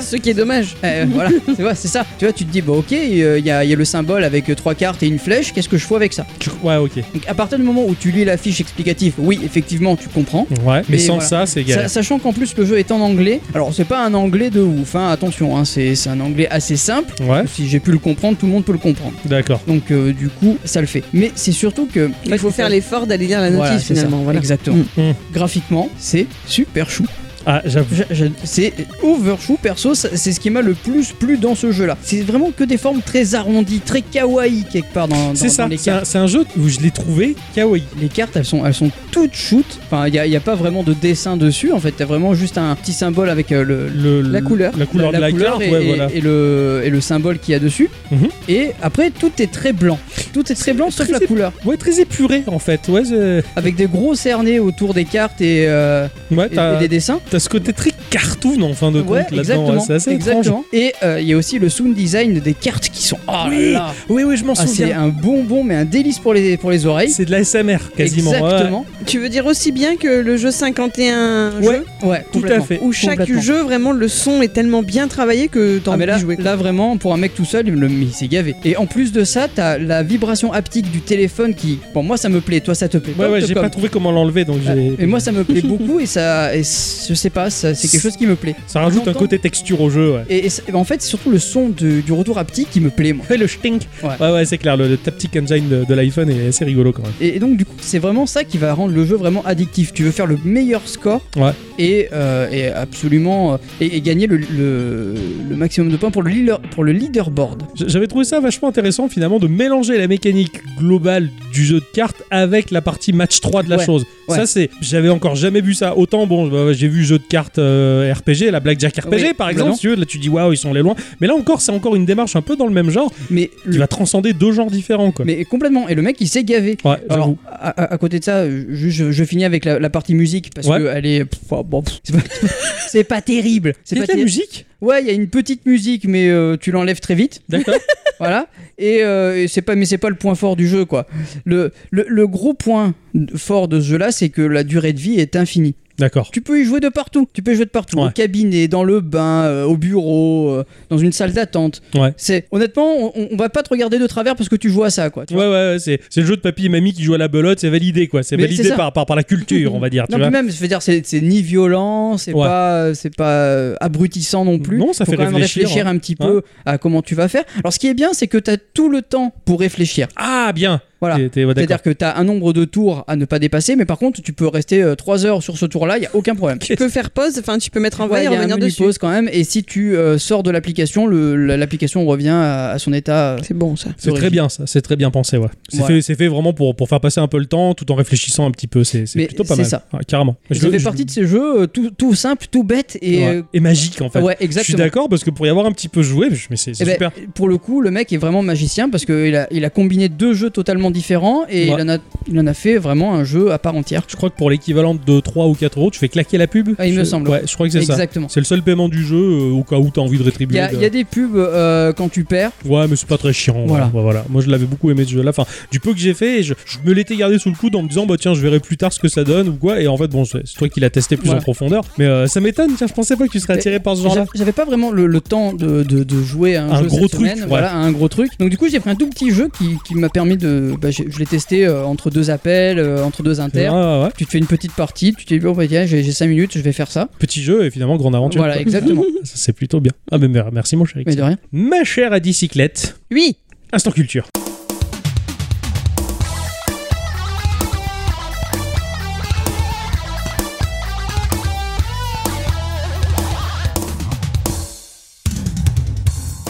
S3: Ce qui est dommage.
S2: Euh,
S3: [laughs]
S2: voilà, tu vois, c'est ça. Tu vois, tu te dis, bah ok, il y, a, y a le symbole avec euh, trois cartes et une flèche, qu'est-ce que je fais avec ça
S1: Tu- Ouais, ok.
S2: Donc à partir du moment où tu lis la fiche explicative, oui, effectivement, tu comprends.
S1: Ouais, mais,
S2: Mais
S1: sans
S2: voilà.
S1: ça, c'est
S2: Sa-
S1: galère.
S2: sachant qu'en plus le jeu est en anglais, alors c'est pas un anglais de ouf, hein, attention, hein, c'est c'est un anglais assez simple.
S1: Ouais,
S2: Si j'ai pu le comprendre, tout le monde peut le comprendre.
S1: d'accord.
S2: Donc euh, du coup, ça le fait. Mais c'est surtout que
S3: Il faut faire l'effort d'aller lire la notice
S2: Voilà, c'est ça.
S3: finalement. Voilà.
S2: Exactement.
S1: Mm. Mm.
S2: Graphiquement, c'est super chou.
S1: Ah, j'avoue.
S2: Je- je- C'est overshoe perso, ça- c'est ce qui m'a le plus plu dans ce jeu là. C'est vraiment que des formes très arrondies, très kawaii quelque part dans, dans-
S1: C'est
S2: dans
S1: ça,
S2: les
S1: c'est un,
S2: cartes.
S1: c'est un jeu où je l'ai trouvé kawaii.
S2: Les cartes elles sont, elles sont toutes shoot, enfin il n'y a, y a pas vraiment de dessin dessus en fait, t'as vraiment juste un petit symbole avec euh, le,
S1: Le-
S3: La
S1: le-
S3: couleur.
S1: La couleur de la carte,
S2: et,
S1: ouais,
S2: et-
S1: voilà.
S2: et le, et le symbole qu'il y a dessus.
S1: Mhm.
S2: Et après tout est très blanc, tout est très blanc sauf
S1: très
S2: la
S1: ép-
S2: couleur,
S1: Ouais, très épuré en fait. Ouais, c'est-
S2: avec des gros cernés autour des cartes et, euh,
S1: ouais
S2: et-
S1: t'as
S2: et des dessins.
S1: t'as ce côté très cartoon en fin de
S2: Ouais,
S1: compte là-dedans.
S2: exactement.
S1: ouais, c'est assez étrange.
S2: exactement. Et euh, il y a aussi le sound design des cartes qui sont. Oh
S1: Oui,
S2: là là.
S1: Oui, oui, je m'en
S2: Ah, c'est
S1: souviens.
S2: un bonbon, mais un délice pour les, pour les oreilles.
S1: C'est de la SMR quasiment. ouais.
S2: Exactement.
S3: Tu veux dire aussi bien que le jeu 51
S2: Ouais,
S3: jeux,
S2: ouais,
S1: Tout à
S2: complètement.
S1: fait.
S3: où chaque
S2: Complètement.
S3: jeu, vraiment, le son est tellement bien travaillé que t'as
S2: Ah,
S3: envie
S2: mais
S3: de
S2: là,
S3: jouer.
S2: là vraiment pour un mec tout seul il me le- mais il s'est gavé et en plus de ça t'as la vibration haptique du téléphone qui bon moi ça me plaît toi ça te plaît
S1: Ouais,
S2: Toi,
S1: ouais,
S2: te
S1: j'ai
S2: comme. Euh,
S1: pas trouvé comment l'enlever donc j'ai.
S2: et moi ça me
S1: [laughs]
S2: plaît beaucoup et ça et c- je sais pas ça- c'est quelque chose qui me plaît
S1: Ça rajoute un
S2: j'entends.
S1: côté texture au jeu, ouais.
S2: et, et c- et en fait c'est surtout le son de- du retour haptique qui me plaît moi
S1: Ouais, le stink.
S2: Ouais.
S1: Ouais, ouais, c'est clair, le, le Taptic Engine de, de l'iPhone est assez rigolo quand même.
S2: Et et donc du coup, c'est vraiment ça qui va rendre le jeu vraiment addictif. Tu veux faire le meilleur score
S1: Ouais.
S2: et, euh, et absolument euh, et, et gagner le, le- le maximum de points pour le, leader, pour le leaderboard.
S1: J- J'avais trouvé ça vachement intéressant finalement de mélanger la mécanique globale du jeu de cartes avec la partie match 3 de la
S2: Ouais,
S1: chose.
S2: ouais.
S1: Ça c'est j'avais encore jamais vu ça. Autant bon bah, j'ai vu jeu de cartes euh, RPG, la Blackjack RPG
S2: Oui,
S1: par exemple,
S2: non.
S1: si tu veux, là tu dis waouh, ils sont allés loin. Mais là encore, c'est encore une démarche un peu dans le même genre
S2: Mais,
S1: qui
S2: le-
S1: va transcender deux genres différents quoi.
S2: mais complètement. Et le mec, il s'est gavé.
S1: Ouais,
S2: Alors,
S1: j'avoue.
S2: à, à- à côté de ça, je, je- je finis avec la, la partie musique parce
S1: Ouais.
S2: que elle est. pff, oh, bon, pff, c'est pas, [laughs] c'est pas terrible. C'est
S1: Il y a
S2: pas
S1: de la
S2: terri-
S1: musique
S2: Ouais, il y a une petite musique, mais euh, tu l'enlèves
S1: [laughs]
S2: très vite. [laughs]
S1: D'accord.
S2: voilà. Et, euh, et c'est pas, mais c'est pas le point fort du jeu, quoi. Le, le, le gros point fort de ce jeu-là, c'est que la durée de vie est infinie.
S1: D'accord.
S2: Tu peux y jouer de partout. Tu peux y jouer de partout.
S1: Ouais.
S2: Au cabinet, dans le bain, euh, au bureau, euh, dans une salle d'attente.
S1: Ouais.
S2: C'est honnêtement, on, on va pas te regarder de travers parce que tu joues à ça, quoi. tu
S1: Ouais,
S2: vois.
S1: ouais, ouais, c'est c'est le jeu de papy et mamie qui jouent à la belote, c'est validé quoi. C'est
S2: Mais c'est
S1: validé
S2: ça.
S1: par, par, par la culture, on va dire. tu
S2: Non,
S1: vois.
S2: puis même, je veux dire, c'est c'est ni violent, c'est
S1: Ouais.
S2: pas, c'est pas euh, abrutissant non plus.
S1: Non, ça
S2: Faut
S1: fait
S2: quand même
S1: réfléchir, hein.
S2: réfléchir un petit peu à comment tu vas faire. Alors, ce qui est bien, c'est que t'as tout le temps pour réfléchir.
S1: Ah bien.
S2: Voilà.
S1: T'es- t'es- ouais, d'accord.
S2: C'est-à-dire que tu as un nombre de tours à ne pas dépasser, mais par contre, tu peux rester 3 heures sur ce tour-là, il n'y a aucun problème.
S3: Tu peux faire pause, enfin, tu peux mettre un voile
S2: Ouais, y
S3: et
S2: a un
S3: revenir
S2: menu
S3: dessus.
S2: pause quand même, et si tu euh, sors de l'application, le- la- l'application revient à, à son état. euh,
S3: C'est bon ça.
S1: C'est très
S2: d'origine.
S1: bien ça, c'est très bien pensé, ouais. C'est
S2: Voilà.
S1: fait, c'est fait vraiment pour, pour faire passer un peu le temps tout en réfléchissant un petit peu, c'est c'est
S2: Mais
S1: plutôt pas
S2: c'est
S1: mal.
S2: ça.
S1: Ah, carrément.
S2: Et
S1: Je-
S2: ça fait
S1: je-
S2: partie de ces jeux euh, tout, tout simple, tout bête, et.
S1: ouais.
S2: euh,
S1: Et magique en fait.
S2: ouais,
S1: je suis
S2: exactement.
S1: d'accord parce que pour y avoir un petit peu joué, je- mais c'est c'est
S2: Eh ben,
S1: super.
S2: pour le coup, le mec est vraiment magicien parce qu'il a, il a combiné deux jeux totalement différents et
S1: Ouais.
S2: il, en a, il en a fait vraiment un jeu à part entière.
S1: Je crois que pour l'équivalent de 3 ou 4 euros, tu fais claquer la pub.
S2: Ah, il me
S1: Je-
S2: semble.
S1: Ouais, je crois que c'est ça.
S2: Exactement.
S1: C'est le seul paiement du jeu euh, au cas où t'as envie de
S2: Il
S1: rétribuer.
S2: y, a-
S1: de-
S2: il y a des pubs euh, quand tu perds.
S1: Ouais, mais c'est pas très chiant. Voilà.
S2: Voilà.
S1: Bah, voilà. Moi, je l'avais beaucoup aimé ce jeu-là. Enfin, du peu que j'ai fait, je, je me l'étais gardé sous le coude en me disant, bah tiens, je verrai plus tard ce que ça donne ou quoi. Et en fait, bon, c'est c'est toi qui l'as testé plus
S2: Voilà.
S1: en profondeur. Mais euh, ça m'étonne, tiens, je pensais pas que tu serais attiré par ce genre-là.
S2: J'a- J'avais pas vraiment le, le temps de, de- de jouer à un,
S1: Un
S2: jeu
S1: gros
S2: cette
S1: truc,
S2: semaine,
S1: ouais.
S2: voilà, à un gros truc. Donc du coup, j'ai pris un tout petit jeu qui, qui m'a permis de, bah, j'ai- je l'ai testé euh, entre deux appels, euh, entre deux inters.
S1: Ah, ouais.
S2: Tu te fais une petite partie, tu te dis bon bah tiens, j'ai 5 minutes, je vais faire ça.
S1: Petit jeu et finalement grande aventure.
S2: Voilà,
S1: quoi.
S2: exactement.
S1: [laughs] Ça, c'est plutôt bien. Ah, mais mer- merci, mon cher.
S2: Mais de
S1: Ixon.
S2: rien.
S1: Ma chère à bicyclette,
S3: Oui,
S1: instant culture.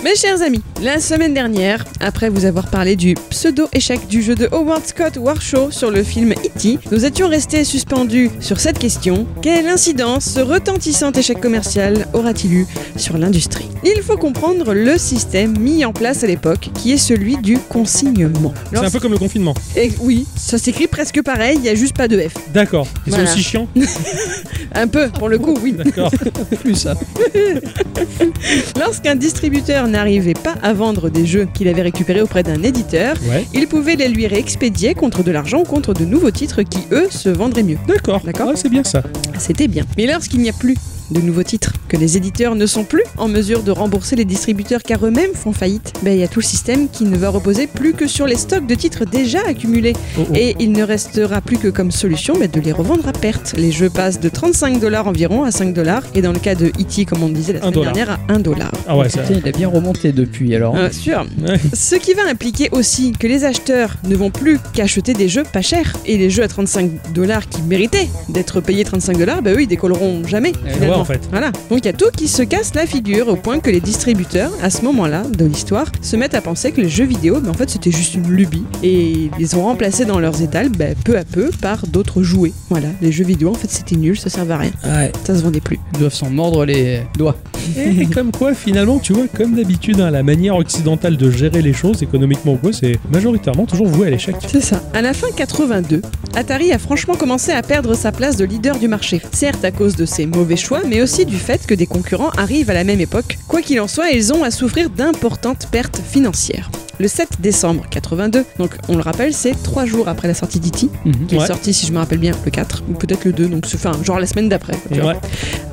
S3: Mes chers amis, la semaine dernière, après vous avoir parlé du pseudo-échec du jeu de Howard Scott Warshaw sur le film E.T., nous étions restés suspendus sur cette question. Quelle incidence ce retentissant échec commercial aura-t-il eu sur l'industrie Il faut comprendre le système mis en place à l'époque, qui est celui du consignement.
S1: C'est un peu comme le confinement.
S3: Et oui, ça s'écrit presque pareil, il n'y a juste pas de F.
S1: D'accord. Et C'est
S3: Voilà.
S1: aussi
S2: [laughs]
S1: chiant.
S3: Un peu, pour le coup, oui.
S1: D'accord.
S2: Plus ça.
S3: Lorsqu'un distributeur n'arrivait pas à vendre des jeux qu'il avait récupérés auprès d'un éditeur,
S1: Ouais.
S3: il pouvait les lui réexpédier contre de l'argent ou contre de nouveaux titres qui, eux, se vendraient mieux.
S1: D'accord.
S3: D'accord.
S1: Ah, c'est bien ça.
S3: C'était bien. Mais lorsqu'il n'y a plus de nouveaux titres, que les éditeurs ne sont plus en mesure de rembourser les distributeurs car eux-mêmes font faillite, ben, il y a tout le système qui ne va reposer plus que sur les stocks de titres déjà accumulés.
S1: Oh, oh.
S3: Et il ne restera plus que comme solution mais de les revendre à perte. Les jeux passent de 35 dollars environ à 5 dollars et dans le cas de E.T. comme on disait la
S1: Un
S3: semaine
S1: dollar.
S3: dernière à 1 dollar.
S1: Ah ouais,
S2: [laughs]
S1: ça.
S2: Putain, il a bien remonté depuis alors.
S3: Euh, sûr.
S1: Ouais.
S3: Ce qui va impliquer aussi que les acheteurs ne vont plus qu'acheter des jeux pas chers et les jeux à 35 dollars qui méritaient d'être payés 35 dollars, bah eux ils décolleront jamais. finalement.
S1: Eh, ouais, en fait.
S3: Voilà. Donc il y a tout qui se casse la figure au point que les distributeurs, à ce moment-là de l'histoire, se mettent à penser que les jeux vidéo, bah, en fait c'était juste une lubie et ils ont remplacé dans leurs étals bah, peu à peu par d'autres jouets. Voilà, les jeux vidéo en fait c'était nul, ça servait à rien,
S2: Ah Ouais,
S3: ça se vendait plus.
S2: ils doivent s'en mordre les doigts.
S1: Et Eh, comme quoi, finalement, tu vois, comme d'habitude, hein, la manière occidentale de gérer les choses, économiquement ou quoi, c'est majoritairement toujours voué à l'échec.
S3: C'est ça. À la fin 82, Atari a franchement commencé à perdre sa place de leader du marché. Certes à cause de ses mauvais choix, mais aussi du fait que des concurrents arrivent à la même époque. Quoi qu'il en soit, ils ont à souffrir d'importantes pertes financières. Le 7 décembre 82, donc on le rappelle, c'est trois jours après la sortie d'E.T.,
S2: Mhm.
S3: qui
S1: Ouais.
S3: est sorti, si je me rappelle bien, le 4, ou peut-être le 2, donc c'est- enfin, genre la semaine d'après. quoi, tu vois.
S1: Ouais.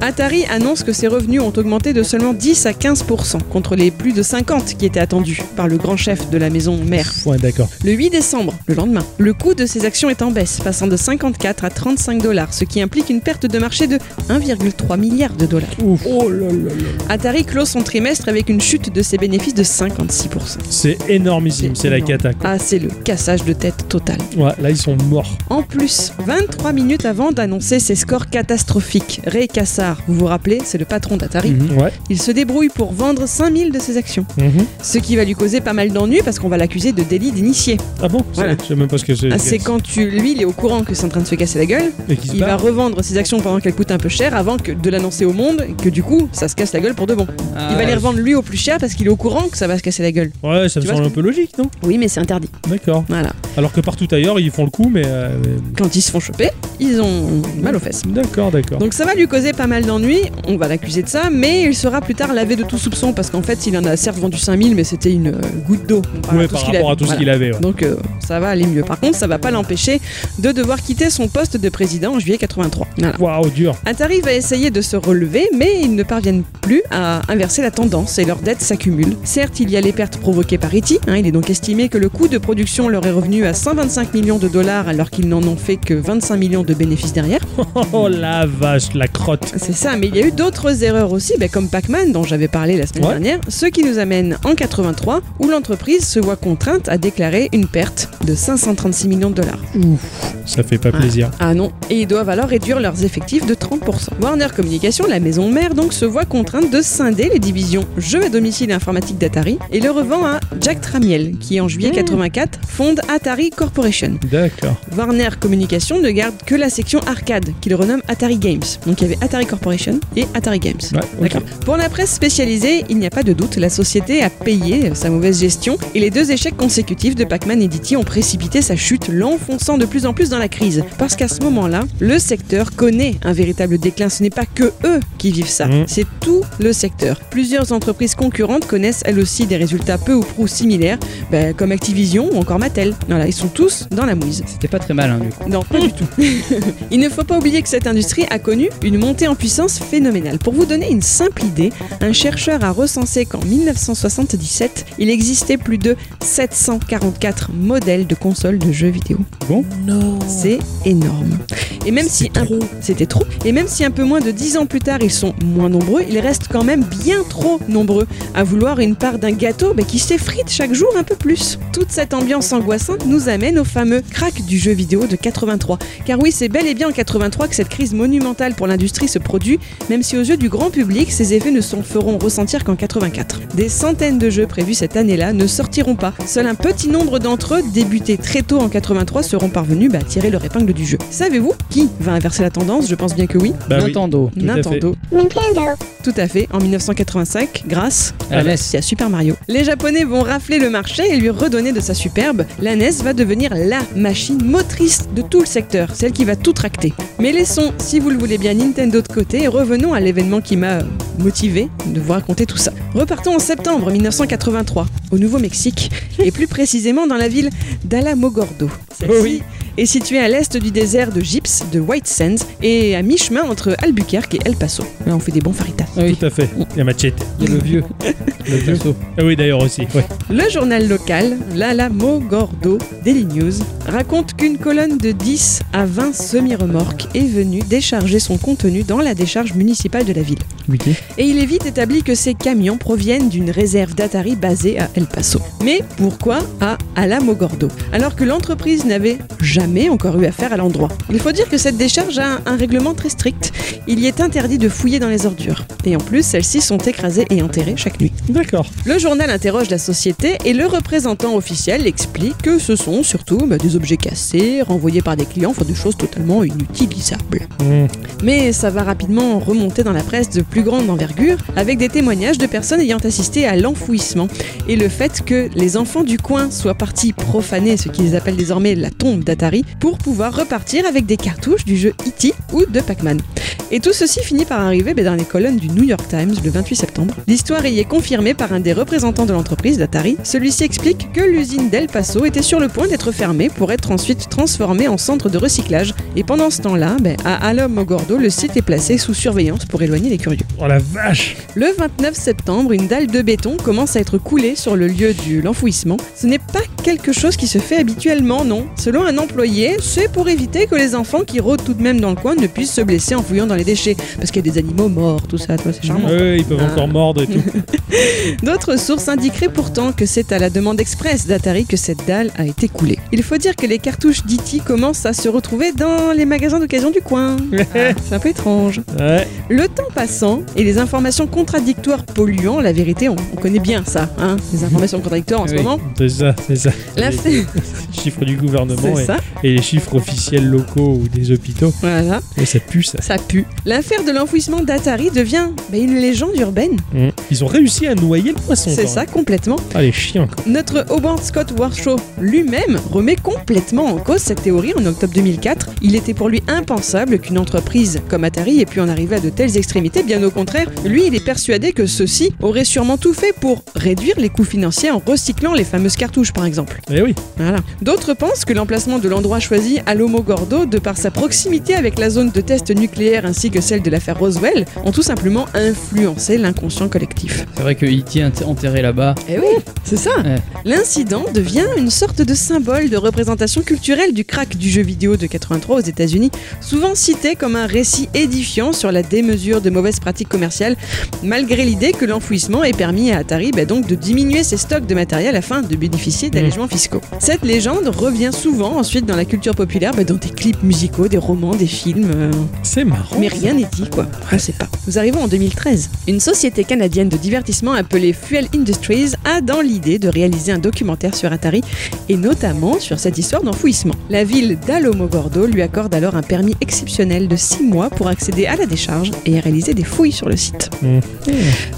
S3: Atari annonce que ses revenus ont augmenté de seulement 10 à 15% contre les plus de 50 qui étaient attendus par le grand chef de la maison mère.
S1: Ouais, d'accord.
S3: Le 8 décembre, le lendemain, le coût de ces actions est en baisse, passant de 54 à 35 dollars, ce qui implique une perte de marché de 1,3 milliard de dollars.
S1: Ouf. Oh là là
S3: Atari close son trimestre avec une chute de ses bénéfices de 56%.
S1: C'est énormissime,
S3: C'est
S1: c'est la
S3: énorme.
S1: cata.
S3: Ah, c'est le cassage de tête total.
S1: Ouais, là, ils sont morts.
S3: En plus, 23 minutes avant d'annoncer ses scores catastrophiques, Ray Kassar, vous vous rappelez, c'est le patron d'Atari,
S1: Ouais.
S3: il se débrouille pour vendre 5000 de ses actions.
S1: Mhm.
S3: Ce qui va lui causer pas mal d'ennuis parce qu'on va l'accuser de délit d'initié.
S1: Ah bon
S3: Voilà.
S1: Je sais même pas ce que c'est.
S3: Ah, c'est quand tu, lui, il est au courant que c'est en train de se casser la gueule,
S1: Et qu'ils se
S3: Il va
S1: barrent.
S3: revendre ses actions pendant qu'elles coûtent un peu cher avant que de l'annoncer au monde et que du coup ça se casse la gueule pour de bon.
S2: Ah
S3: il va les revendre lui au plus cher parce qu'il est au courant que ça va se casser la gueule.
S1: Ouais, ça me
S3: Tu vois
S1: semble
S3: ce
S1: un peu logique, non
S3: Oui mais c'est interdit.
S1: D'accord.
S3: Voilà.
S1: Alors que partout ailleurs, ils font le coup, mais. euh, mais-
S3: Quand ils se font choper, ils ont mal aux fesses.
S1: D'accord, d'accord.
S3: Donc ça va lui causer pas mal d'ennuis, on va l'accuser de ça, mais il sera plus tard lavé de tout soupçon parce qu'en fait il en a certes vendu 5000 mais c'était une euh, goutte d'eau. comparé
S1: Ouais,
S3: à tout
S1: par
S3: ce qu'il
S1: rapport
S3: avait.
S1: à tout ce
S3: Voilà.
S1: qu'il avait. ouais.
S3: Donc euh, ça va aller mieux. Par contre, ça va pas l'empêcher de devoir quitter son poste de président en juillet 83. Voilà.
S1: Waouh, dur.
S3: Atari va essayer de se relever, mais ils ne parviennent plus à inverser la tendance et leurs dettes s'accumulent. Certes, il y a les pertes provoquées par E.T. hein, il est donc estimé que le coût de production leur est revenu à 125 millions de dollars alors qu'ils n'en ont fait que 25 millions de bénéfices derrière.
S1: Oh la vache, la crotte.
S3: C'est ça, mais il y a eu d'autres erreurs aussi, ben, comme Pac-Man dont j'avais parlé la semaine
S1: Ouais.
S3: dernière, ce qui nous amène en 83 où l'entreprise se voit contrainte à déclarer une perte de 536 millions de dollars.
S1: Ça fait pas plaisir.
S3: Ah non, et ils doivent alors réduire leurs effectifs de 30%. Warner Communication, la maison mère, donc se voit contrainte de scinder les divisions jeux à domicile et informatique d'Atari et le revend à Jack Tramiel, qui en juillet 84 fonde Atari Corporation.
S1: D'accord.
S3: Warner Communication ne garde que la section arcade, qu'il renomme Atari Games. Donc il y avait Atari Corporation et Atari Games.
S1: Ouais, ok.
S3: D'accord. Pour la presse spécialisée, il n'y a pas de doute, la société a payé sa mauvaise gestion et les deux échecs consécutifs de Pac-Man et D.T. ont précipité sa chute, l'enfonçant de plus en plus dans la crise. Parce qu'à ce moment-là, le secteur connaît un véritable déclin. Ce n'est pas que eux qui vivent ça,
S1: Mhm.
S3: c'est tout le secteur. Plusieurs entreprises concurrentes connaissent elles aussi des résultats peu ou prou similaires, bah, comme Activision ou encore Mattel. Voilà, ils sont tous dans la mouise.
S2: C'était pas très mal, hein, du coup.
S3: Non, pas du tout. [laughs] Il ne faut pas oublier que cette industrie a connu une montée en puissance phénoménale. Pour vous donner une simple idée, un chercheur a recensé qu'en 1977, il existait plus de 744 modèles de consoles de jeux vidéo.
S2: Bon.
S3: C'est énorme. Et même si un- c'était trop, et même si un peu moins de 10 ans plus tard, ils sont moins nombreux, ils restent quand même bien trop nombreux à vouloir une part d'un gâteau bah, qui s'effrite chaque jour un peu plus. Toute cette ambiance angoissante nous amène au fameux crack du jeu vidéo de 83. Car oui, c'est bel et bien en 83 que cette crise monumentale pour l'industrie l'industrie se produit, même si aux yeux du grand public, ces effets ne s'en feront ressentir qu'en 84. Des centaines de jeux prévus cette année-là ne sortiront pas. Seul un petit nombre d'entre eux, débutés très tôt en 83, seront parvenus bah, à tirer leur épingle du jeu. Savez-vous qui va inverser la tendance Je pense bien que oui.
S1: Bah oui.
S2: Nintendo.
S1: Tout à fait.
S3: Nintendo. Tout à fait, en 1985, grâce
S2: À la NES.
S3: à Super Mario. Les Japonais vont rafler le marché et lui redonner de sa superbe. La NES va devenir la machine motrice de tout le secteur, celle qui va tout tracter. Mais laissons, si vous le voulez bien, Nintendo de côté et revenons à l'événement qui m'a euh, motivé de vous raconter tout ça. Repartons en septembre 1983, au Nouveau-Mexique, et plus précisément dans la ville d'Alamogordo. Celle-ci
S1: Oui.
S3: est située à l'est du désert de Gips, de White Sands, et à mi-chemin entre Albuquerque et El Paso. Là, on fait des bons faritas.
S2: Ah oui,
S1: Tout à fait.
S3: [laughs]
S1: La machette.
S2: il y a le vieux. le vieux.
S1: Ah oui, d'ailleurs aussi. Ouais.
S3: Le journal local, l'Alamogordo Daily News, raconte qu'une colonne de 10 à 20 semi-remorques est venue décharger son contenu dans la décharge municipale de la ville. Et il est vite établi que ces camions proviennent d'une réserve d'Atari basée à El Paso. Mais pourquoi à Alamogordo Alors que l'entreprise n'avait jamais encore eu affaire à l'endroit. Il faut dire que cette décharge a un, un règlement très strict. Il y est interdit de fouiller dans les ordures. Et en plus, celles-ci sont écrasées et enterrées chaque nuit.
S1: D'accord.
S3: Le journal interroge la société et le représentant officiel explique que ce sont surtout bah, des objets cassés, renvoyés par des clients, enfin des choses totalement inutilisables.
S1: Mmh.
S3: Mais ça va rapidement remonter dans la presse de plus grande envergure avec des témoignages de personnes ayant assisté à l'enfouissement et le fait que les enfants du coin soient partis profaner ce qu'ils appellent désormais la tombe d'Atari pour pouvoir repartir avec des cartouches du jeu E.T. ou de Pac-Man. Et tout ceci finit par arriver ben, dans les colonnes du New York Times le 28 septembre. L'histoire y est confirmée par un des représentants de l'entreprise d'Atari. Celui-ci explique que l'usine d'El Paso était sur le point d'être fermée pour être ensuite transformée en centre de recyclage. Et pendant ce temps-là, ben, à Alamogordo, le site est placé sous surveillance pour éloigner les curieux.
S1: Oh la vache.
S3: Le 29 septembre, une dalle de béton commence à être coulée sur le lieu de l'enfouissement. Ce n'est pas quelque chose qui se fait habituellement, non. Selon un employé, c'est pour éviter que les enfants qui rôdent tout de même dans le coin ne puissent se blesser en fouillant dans les déchets. Parce qu'il y a des animaux morts, tout ça, tu vois, c'est charmant.
S1: Ouais, ils peuvent
S3: Ah.
S1: encore mordre et tout.
S3: [laughs] D'autres sources indiqueraient pourtant que c'est à la demande express d'Atari que cette dalle a été coulée. Il faut dire que les cartouches d'E.T. commencent à se retrouver dans les magasins d'occasion du coin. Ah, c'est un peu étrange.
S1: Ouais.
S3: Le temps passant et les informations contradictoires polluant, la vérité, on, on connaît bien ça, hein, les informations contradictoires en ce
S2: Oui.
S3: moment.
S1: C'est ça, c'est ça.
S3: La
S1: Les chiffres du gouvernement
S3: [laughs] C'est
S1: et,
S3: ça,
S1: et les chiffres officiels locaux ou des hôpitaux.
S3: voilà,
S1: Et ça pue ça.
S3: ça pue. L'affaire de l'enfouissement d'Atari devient bah, une légende urbaine,
S1: Mmh. Ils ont réussi à noyer le poisson.
S3: c'est
S1: quand
S3: ça
S1: même.
S3: complètement.
S1: Ah les chiens. quoi.
S3: Notre Hobart Scott Warshaw lui-même remet complètement en cause cette théorie en octobre 2004. Il était pour lui impensable qu'une entreprise comme Atari ait pu en arriver à de telles extrémités. Bien au contraire, lui, il est persuadé que ceux-ci auraient sûrement tout fait pour réduire les coûts financiers en recyclant les fameuses cartouches, par exemple.
S1: Eh oui.
S3: Voilà. D'autres pensent que l'emplacement de l'endroit choisi à Lomogordo, de par sa proximité avec la zone de test nucléaire ainsi que celle de l'affaire Roswell, ont tout simplement influencé l'inconscient collectif.
S2: C'est vrai que E.T. est enterré là-bas.
S3: Eh oui, c'est ça.
S2: Ouais.
S3: L'incident devient une sorte de symbole de représentation culturelle du crack du jeu vidéo de 83 aux États-Unis, souvent cité comme un récit édifiant sur la démesure de mauvaises pratiques commerciales, malgré l'idée que l'enfouissement ait permis à Atari bah, donc de diminuer ses stocks de matériel afin de bénéficier d'allégements fiscaux. Cette légende revient souvent ensuite dans la culture populaire, bah, dans des clips musicaux, des romans, des films. euh,
S1: C'est marrant.
S3: mais rien n'est dit, quoi. On sait pas. Nous arrivons en 2013. Une société canadienne de divertissement appelée Fuel Industries a dans l'idée de réaliser un documentaire sur Atari et notamment sur cette histoire d'enfouissement. La ville d'Alomogordo lui accorde alors un permis exceptionnel de 6 mois pour accéder à la décharge et réaliser des fouilles sur le site.
S1: Mmh.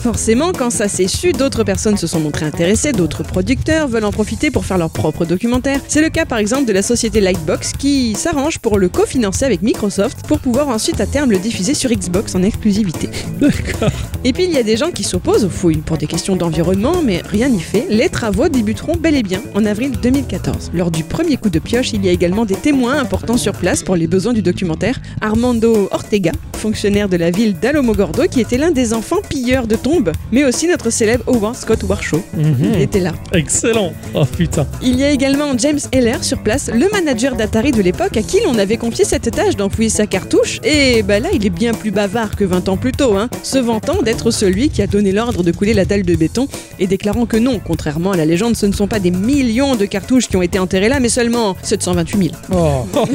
S3: Forcément, quand ça s'est su, d'autres personnes se sont montrées intéressées, d'autres producteurs veulent en profiter pour faire leur propre documentaire. C'est le cas par exemple de la société Lightbox qui s'arrange pour le cofinancer avec Microsoft pour pouvoir ensuite à terme le diffuser sur Xbox en exclusivité.
S1: D'accord.
S3: Et puis il y a des gens qui s'opposent aux fouilles pour des questions d'environnement, mais rien n'y fait. Les travaux débuteront bel et bien en avril 2014. Lors du premier coup de pioche, il y a également des témoins importants sur place pour les besoins du documentaire. Armando Ortega, fonctionnaire de la ville d'Alomogordo, qui était l'un des enfants pilleurs de tombes, mais aussi notre célèbre Howard Scott Warshaw.
S1: Mhm.
S3: Il était là.
S1: Excellent. Oh putain.
S3: Il y a également James Heller sur place, le manager d'Atari de l'époque à qui l'on avait confié cette tâche d'enfouir sa cartouche. Et bah là, il est bien plus bavard que 20 ans plus tôt, hein, se vantant d'être celui qui a donné l'ordre de couler la dalle de béton et déclarant que non, contrairement à la légende, ce ne sont pas des millions de cartouches qui ont été enterrées là, mais
S1: [laughs]
S3: seulement 728 000.
S1: Oh,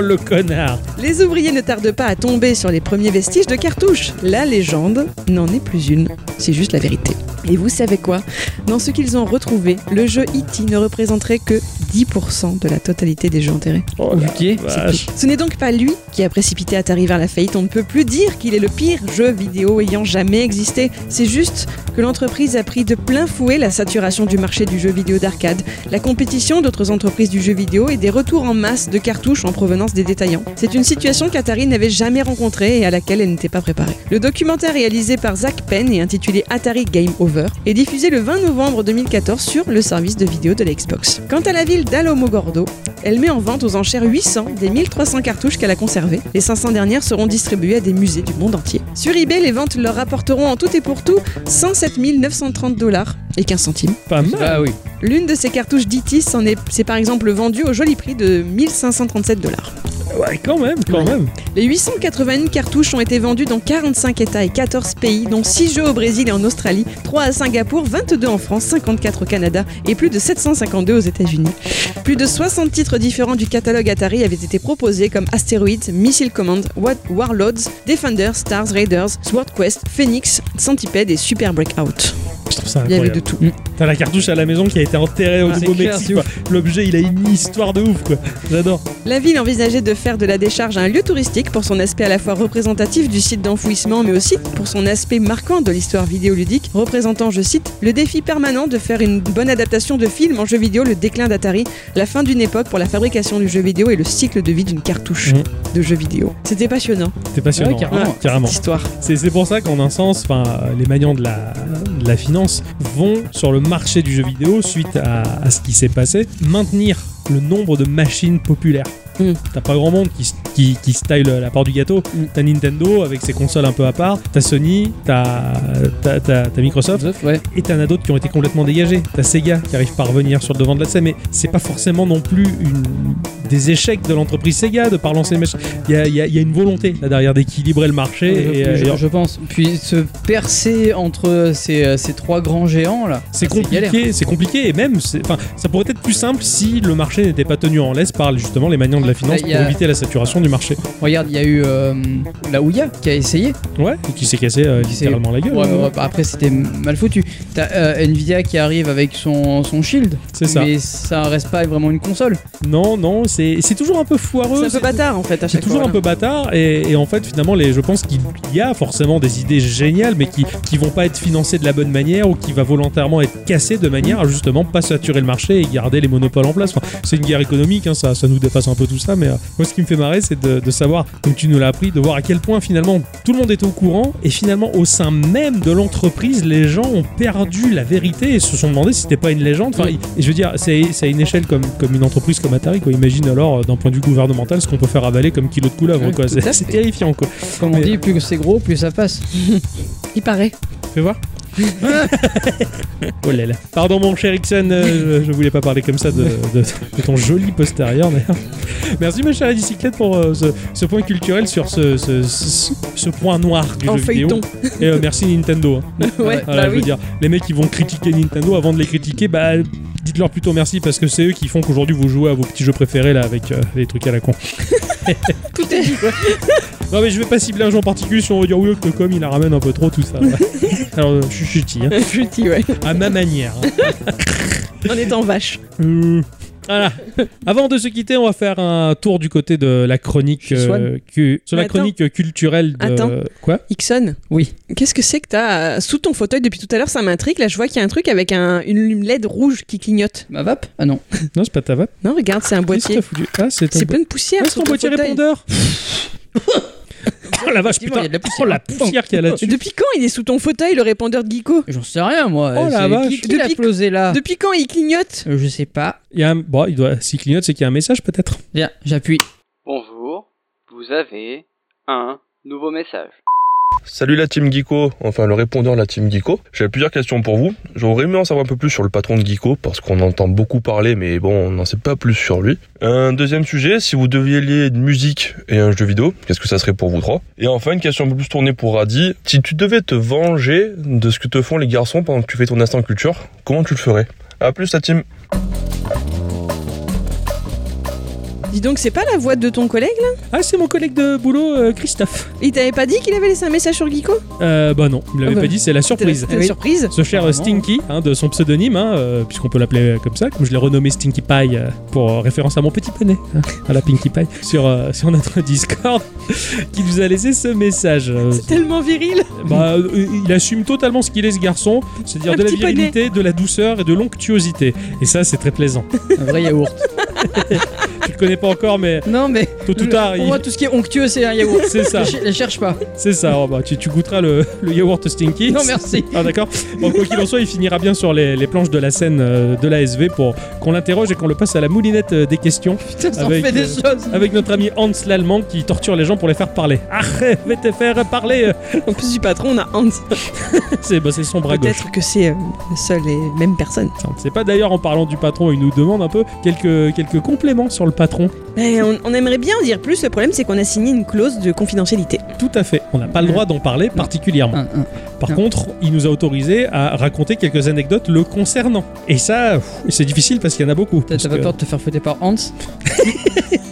S1: le connard.
S3: Les ouvriers ne tardent tarde pas à tomber sur les premiers vestiges de cartouches. La légende n'en est plus une, c'est juste la vérité. Et vous savez quoi Dans ce qu'ils ont retrouvé, le jeu E.T. ne représenterait que 10% de la totalité des jeux enterrés.
S1: Oh la
S2: Ok.
S1: vache.
S3: Ce n'est donc pas lui qui a précipité Atari vers la faillite. On ne peut plus dire qu'il est le pire jeu vidéo ayant jamais existé. C'est juste que l'entreprise a pris de plein fouet la saturation du marché du jeu vidéo d'arcade, la compétition d'autres entreprises du jeu vidéo et des retours en masse de cartouches en provenance des détaillants. C'est une situation qu'Atari n'avait jamais rencontrée et à laquelle elle n'était pas préparée. Le documentaire réalisé par Zach Penn et intitulé Atari Game Over est diffusé le 20 novembre 2014 sur le service de vidéo de la Xbox. Quant à la ville d'Alomogordo, elle met en vente aux enchères 800 des 1300 cartouches qu'elle a conservées. Les 500 dernières seront distribuées à des musées du monde entier. Sur eBay, les ventes leur rapporteront en tout et pour tout 107 930 dollars et 15 centimes.
S1: Pas mal.
S2: Ah oui.
S3: L'une de ces cartouches d'IT s'en est, c'est par exemple vendue au joli prix de 1537 dollars.
S1: Ouais, quand même, quand même.
S3: Les 881 cartouches ont été vendues dans 45 États et 14 pays, dont 6 jeux au Brésil et en Australie, 3 à Singapour, 22 en France, 54 au Canada et plus de 752 aux États-Unis. Plus de 60 titres différents du catalogue Atari avaient été proposés comme Asteroids, Missile Command, Wa- Warlords, Defender, Stars Raiders, Sword Quest, Phoenix, Centipede et Super Breakout.
S1: Je trouve ça
S3: Il y avait
S1: incroyable.
S3: de tout.
S1: T'as la cartouche à la maison qui a été enterrée au
S2: Ah, c'est clair,
S1: Nouveau-Mexique.
S2: c'est
S1: quoi. L'objet, il a une histoire de ouf, quoi. J'adore.
S3: La ville envisageait de faire de la décharge un lieu touristique pour son aspect à la fois représentatif du site d'enfouissement, mais aussi pour son aspect marquant de l'histoire vidéoludique, représentant, je cite, le défi permanent de faire une bonne adaptation de film en jeu vidéo, le déclin d'Atari, la fin d'une époque pour la fabrication du jeu vidéo et le cycle de vie d'une cartouche
S1: Mhm.
S3: de jeu vidéo. C'était passionnant,
S1: T'es passionnant.
S2: Ouais, carrément.
S1: Ah, carrément.
S3: cette histoire.
S1: C'est c'est pour ça qu'en un sens, enfin, les maniants de la, de la finance vont sur le marché du jeu vidéo suite à, à ce qui s'est passé, maintenir le nombre de machines populaires.
S3: Mm.
S1: T'as pas grand monde qui, s- qui, qui se taille le- la part du gâteau.
S2: Mm.
S1: T'as Nintendo avec ses consoles un peu à part, t'as Sony, t'as t'as- t'as- t'as Microsoft,
S2: Ouais.
S1: et t'en as d'autres qui ont été complètement dégagés. T'as Sega qui arrive pas à revenir sur le devant de la scène, mais c'est pas forcément non plus une... des échecs de l'entreprise Sega de par lancer. Il y a, il y a- il y a une volonté là derrière d'équilibrer le marché. et,
S2: je,
S1: euh, et-
S2: je pense. Puis se percer entre ces, euh, ces trois grands géants là.
S1: C'est
S2: galère.
S1: compliqué, c'est compliqué et même, c'est- enfin, ça pourrait être plus simple si le marché n'était pas tenu en laisse par justement les maniants de la finance
S2: Bah,
S1: pour
S2: il y a-
S1: éviter la saturation du marché.
S2: Regarde, il y a eu euh, la Ouya qui a essayé.
S1: Ouais, et qui s'est cassé euh,
S2: Qui s'est-
S1: littéralement la gueule.
S2: Ouais, mais
S1: ouais.
S2: ouais, après c'était mal foutu. T'as euh, Nvidia qui arrive avec son, son shield.
S1: C'est ça.
S2: Mais ça reste pas vraiment une console.
S1: Non, non, c'est c'est toujours un peu
S3: C'est
S1: foireux.
S3: un peu bâtard en fait à
S1: C'est
S3: chaque fois. hein.
S1: toujours un peu bâtard et, et en fait finalement les, je pense qu'il y a forcément des idées géniales mais qui, qui vont pas être financées de la bonne manière ou qui va volontairement être cassées de manière à justement pas saturer le marché et garder les monopoles en place. Enfin, c'est une guerre économique, hein, ça, ça nous dépasse un peu tout ça mais euh, moi ce qui me fait marrer c'est de, de savoir, comme tu nous l'as appris, de voir à quel point finalement tout le monde était au courant et finalement au sein même de l'entreprise les gens ont perdu la vérité et se sont demandé si c'était pas une légende. Enfin, et je veux dire, c'est c'est à une échelle comme, comme une entreprise comme Atari quoi. Imagine alors euh, d'un point de vue gouvernemental ce qu'on peut faire avaler comme kilo de couleuvre
S2: Ouais,
S1: quoi.
S2: tout à
S1: C'est
S2: fait.
S1: c'est terrifiant quoi.
S2: Comme on
S1: Mais-
S2: dit, plus que c'est gros, plus ça passe.
S3: Il paraît.
S1: Fais voir. [laughs] oh là là. Pardon mon cher Ixon, euh, je, je voulais pas parler comme ça de, de- de ton joli postérieur d'ailleurs. Merci ma chère la bicyclette pour euh, ce, ce point culturel sur ce, ce, ce- ce point noir du
S3: En
S1: jeu vidéo.
S3: feuilleton. [laughs]
S1: Et euh, merci Nintendo. hein.
S3: ouais,
S1: Voilà,
S3: bah
S1: je
S3: oui.
S1: veux dire, les mecs qui vont critiquer Nintendo avant de les critiquer, bah dites-leur plutôt merci parce que c'est eux qui font qu'aujourd'hui vous jouez à vos petits jeux préférés là avec euh, les trucs à la con.
S3: Tout est dit. [laughs]
S1: Non mais je vais pas cibler un jeu en particulier si on va dire oui que comme il la ramène un peu trop
S3: [laughs]
S1: tout ça. ouais. Alors euh, je suis chuti, hein.
S3: Chutis, ouais.
S1: à ma manière. hein.
S3: En étant vache.
S1: Mmh. Voilà. [laughs] Avant de se quitter, on va faire un tour du côté de la chronique
S2: Chez Swan.
S1: euh, cu- sur la
S3: Mais attends.
S1: chronique culturelle de
S3: Attends.
S1: quoi
S3: Ixon,
S2: Oui.
S3: Qu'est-ce que c'est que t'as euh, sous ton fauteuil depuis tout à l'heure Ça m'intrigue. Là, je vois qu'il y a un truc avec un, une lume LED rouge qui clignote.
S2: Ma vape Ah non.
S1: Non, c'est pas ta vape.
S3: Non, regarde, c'est un
S1: Qu'est-ce que
S3: boîtier.
S1: t'as foutu Ah, c'est ton,
S3: C'est
S1: bo-
S3: plein de poussière.
S1: Ah, c'est
S3: sur
S1: ton boîtier
S3: fauteuil.
S1: répondeur. oh la vache, putain.
S2: Effectivement, il y a de la
S1: Oh
S2: poussière.
S1: la poussière qu'il y a
S3: Et
S1: là-dessus.
S3: Depuis quand il est sous ton fauteuil, le répondeur de Geeko
S2: J'en sais rien moi.
S1: Oh la
S2: C'est-
S1: vache.
S2: Qui, qui l'a
S3: Depuis-
S2: posé
S1: Ah.
S2: là
S3: Depuis quand il clignote
S2: Euh, Je sais pas.
S1: Il y a un... Bon, il doit... s'il clignote, c'est qu'il y a un message peut-être.
S2: Viens, j'appuie.
S7: Bonjour, vous avez un nouveau message.
S8: Salut la team Geeko, enfin le répondeur de la team Geeko. J'avais plusieurs questions pour vous. J'aurais aimé en savoir un peu plus sur le patron de Geeko parce qu'on entend beaucoup parler mais bon on n'en sait pas plus sur lui. Un deuxième sujet, si vous deviez lier une musique et un jeu vidéo, qu'est-ce que ça serait pour vous trois Et enfin une question un peu plus tournée pour Radi. Si tu devais te venger de ce que te font les garçons pendant que tu fais ton instant culture, comment tu le ferais A plus la team
S3: Dis donc, c'est pas la voix de ton collègue là
S1: Ah, c'est mon collègue de boulot, euh, Christophe.
S3: Il t'avait pas dit qu'il avait laissé un message sur Geeko
S1: Euh, bah non, il me l'avait
S3: Ah bah,
S1: pas dit, c'est la
S3: C'était la-
S1: surprise.
S3: c'était la surprise
S1: Ce cher euh, Stinky, hein, de son pseudonyme, hein, euh, puisqu'on peut l'appeler euh, comme ça, comme je l'ai renommé Stinky Pie euh, pour euh, référence à mon petit poney, hein, à la Pinky Pie, sur, euh, sur notre [laughs] Discord, qui nous a laissé ce message. Euh,
S3: C'est tellement viril [laughs]
S1: bah, euh, il assume totalement ce qu'il est ce garçon, c'est-à-dire
S3: Un
S1: de la
S3: petit poney.
S1: virilité, de la douceur et de l'onctuosité. Et ça, c'est très plaisant.
S2: Un vrai yaourt.
S1: tu le connais pas encore, mais
S2: Non, mais.
S1: tôt ou tard,
S2: Pour
S1: il...
S2: moi, tout ce qui est onctueux, c'est un yaourt.
S1: c'est ça,
S2: Je ch- je cherche pas.
S1: c'est ça. Oh, bah, tu, tu goûteras le, le yaourt Stinky.
S2: Non, merci.
S1: Ah d'accord. Bon quoi qu'il en soit, il finira bien sur les, les planches de la scène euh, de la SV pour qu'on l'interroge et qu'on le passe à la moulinette euh, des questions
S2: Putain, ça en
S1: Avec,
S2: fait des
S1: euh,
S2: choses.
S1: avec notre ami Hans l'Allemand qui torture les gens pour les faire parler. [laughs] Arrête, vais te faire parler.
S3: En plus du patron, on a Hans.
S1: C'est bah, c'est son bras gauche.
S3: Peut-être que c'est euh, la seule et même personne.
S1: C'est pas d'ailleurs en parlant du patron, il nous demande un peu quelques quelques compléments sur le patron.
S3: Mais on, on aimerait bien en dire plus, le problème c'est qu'on a signé une clause de confidentialité.
S1: Tout à fait. On n'a pas le droit d'en parler particulièrement.
S2: Un, un.
S1: Par
S2: Ah, Non.
S1: contre, il nous a autorisé à raconter quelques anecdotes le concernant. Et ça, pff, c'est difficile parce qu'il y en a beaucoup.
S2: T'as
S1: Parce
S2: t'as pas
S1: que-
S2: peur de te faire fouetter par Hans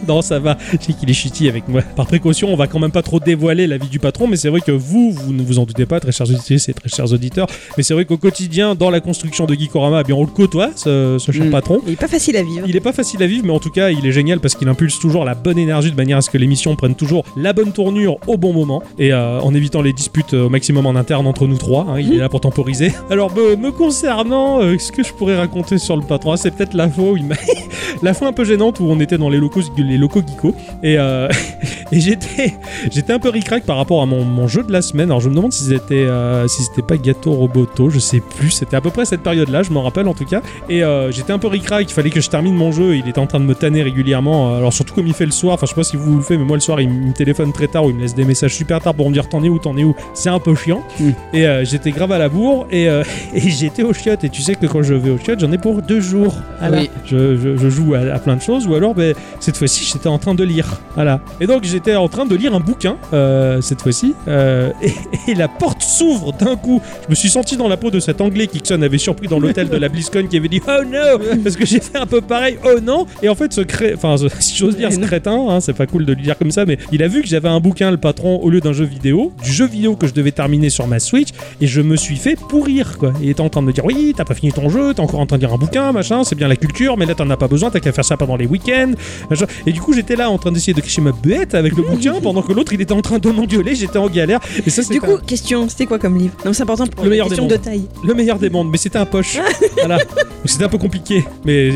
S1: Non, ça va. Je sais qu'il est chutty avec moi. Par précaution, on va quand même pas trop dévoiler la vie du patron, mais c'est vrai que vous, vous ne vous en doutez pas, très chers auditrices et très chers auditeurs, mais c'est vrai qu'au quotidien, dans la construction de Geekorama, eh bien, on le côtoie, ce, ce cher
S2: Mm.
S1: patron.
S3: Il est pas facile à vivre.
S1: Il est pas facile à vivre, mais en tout cas, il est génial parce qu'il impulse toujours la bonne énergie de manière à ce que l'émission prenne toujours la bonne tournure au bon moment et euh, en évitant les disputes euh, au maximum en interne entre nous trois. hein, il est là pour temporiser. [laughs] Alors, me, me concernant, euh, ce que je pourrais raconter sur le patron, ah, c'est peut-être la fois où il m'a- [laughs] la fois un peu gênante où on était dans les locaux, les locaux geeko et, euh, [laughs] et j'étais, j'étais un peu ricrac par rapport à mon, mon jeu de la semaine. Alors, je me demande si c'était, euh, si c'était pas Gâteau Roboto, je sais plus. C'était à peu près cette période-là, je m'en rappelle en tout cas. Et euh, j'étais un peu ricrac, il fallait que je termine mon jeu, il était en train de me tanner régulièrement. euh, Alors surtout comme il fait le soir, enfin je sais pas si vous le faites, mais moi le soir il me téléphone très tard ou il me laisse des messages super tard pour me dire t'en es où, t'en es où. C'est un peu chiant.
S2: Mm.
S1: Et euh, j'étais grave à la bourre et, euh, [laughs] et j'étais au chiottes. Et tu sais que quand je vais au chiottes, j'en ai pour deux jours. Voilà.
S2: Oui.
S1: Je, je- je joue à, à plein de choses ou alors ben, cette fois-ci j'étais en train de lire. Voilà. Et donc j'étais en train de lire un bouquin euh, cette fois-ci euh, [laughs] et, et la porte s'ouvre d'un coup je me suis senti dans la peau de cet anglais qu'Ixon avait surpris dans l'hôtel de la BlizzCon qui avait dit Oh no Parce que j'ai fait un peu pareil, oh non Et en fait, ce cré... enfin, ce- si j'ose dire, ce crétin, hein, c'est pas cool de le dire comme ça, mais il a vu que j'avais un bouquin, le patron, au lieu d'un jeu vidéo, du jeu vidéo que je devais terminer sur ma Switch, et je me suis fait pourrir, quoi. Il était en train de me dire Oui, t'as pas fini ton jeu, t'es encore en train de lire un bouquin, machin, c'est bien la culture, mais là t'en as pas besoin, t'as qu'à faire ça pendant les week-ends. machin. Et du coup, j'étais là en train d'essayer de crier ma bête
S3: [laughs]
S1: avec le bouquin, pendant que l'autre il était en train de m'engueuler, j'étais en galère. Et ça, c'est
S3: Du coup, question, c'était quoi comme livre Non, c'est important pour la
S1: Le meilleur
S3: question de
S1: des mondes.
S3: taille.
S1: le meilleur des mondes, mais c'était un poche.
S3: [laughs]
S1: voilà. Donc c'était un peu compliqué, mais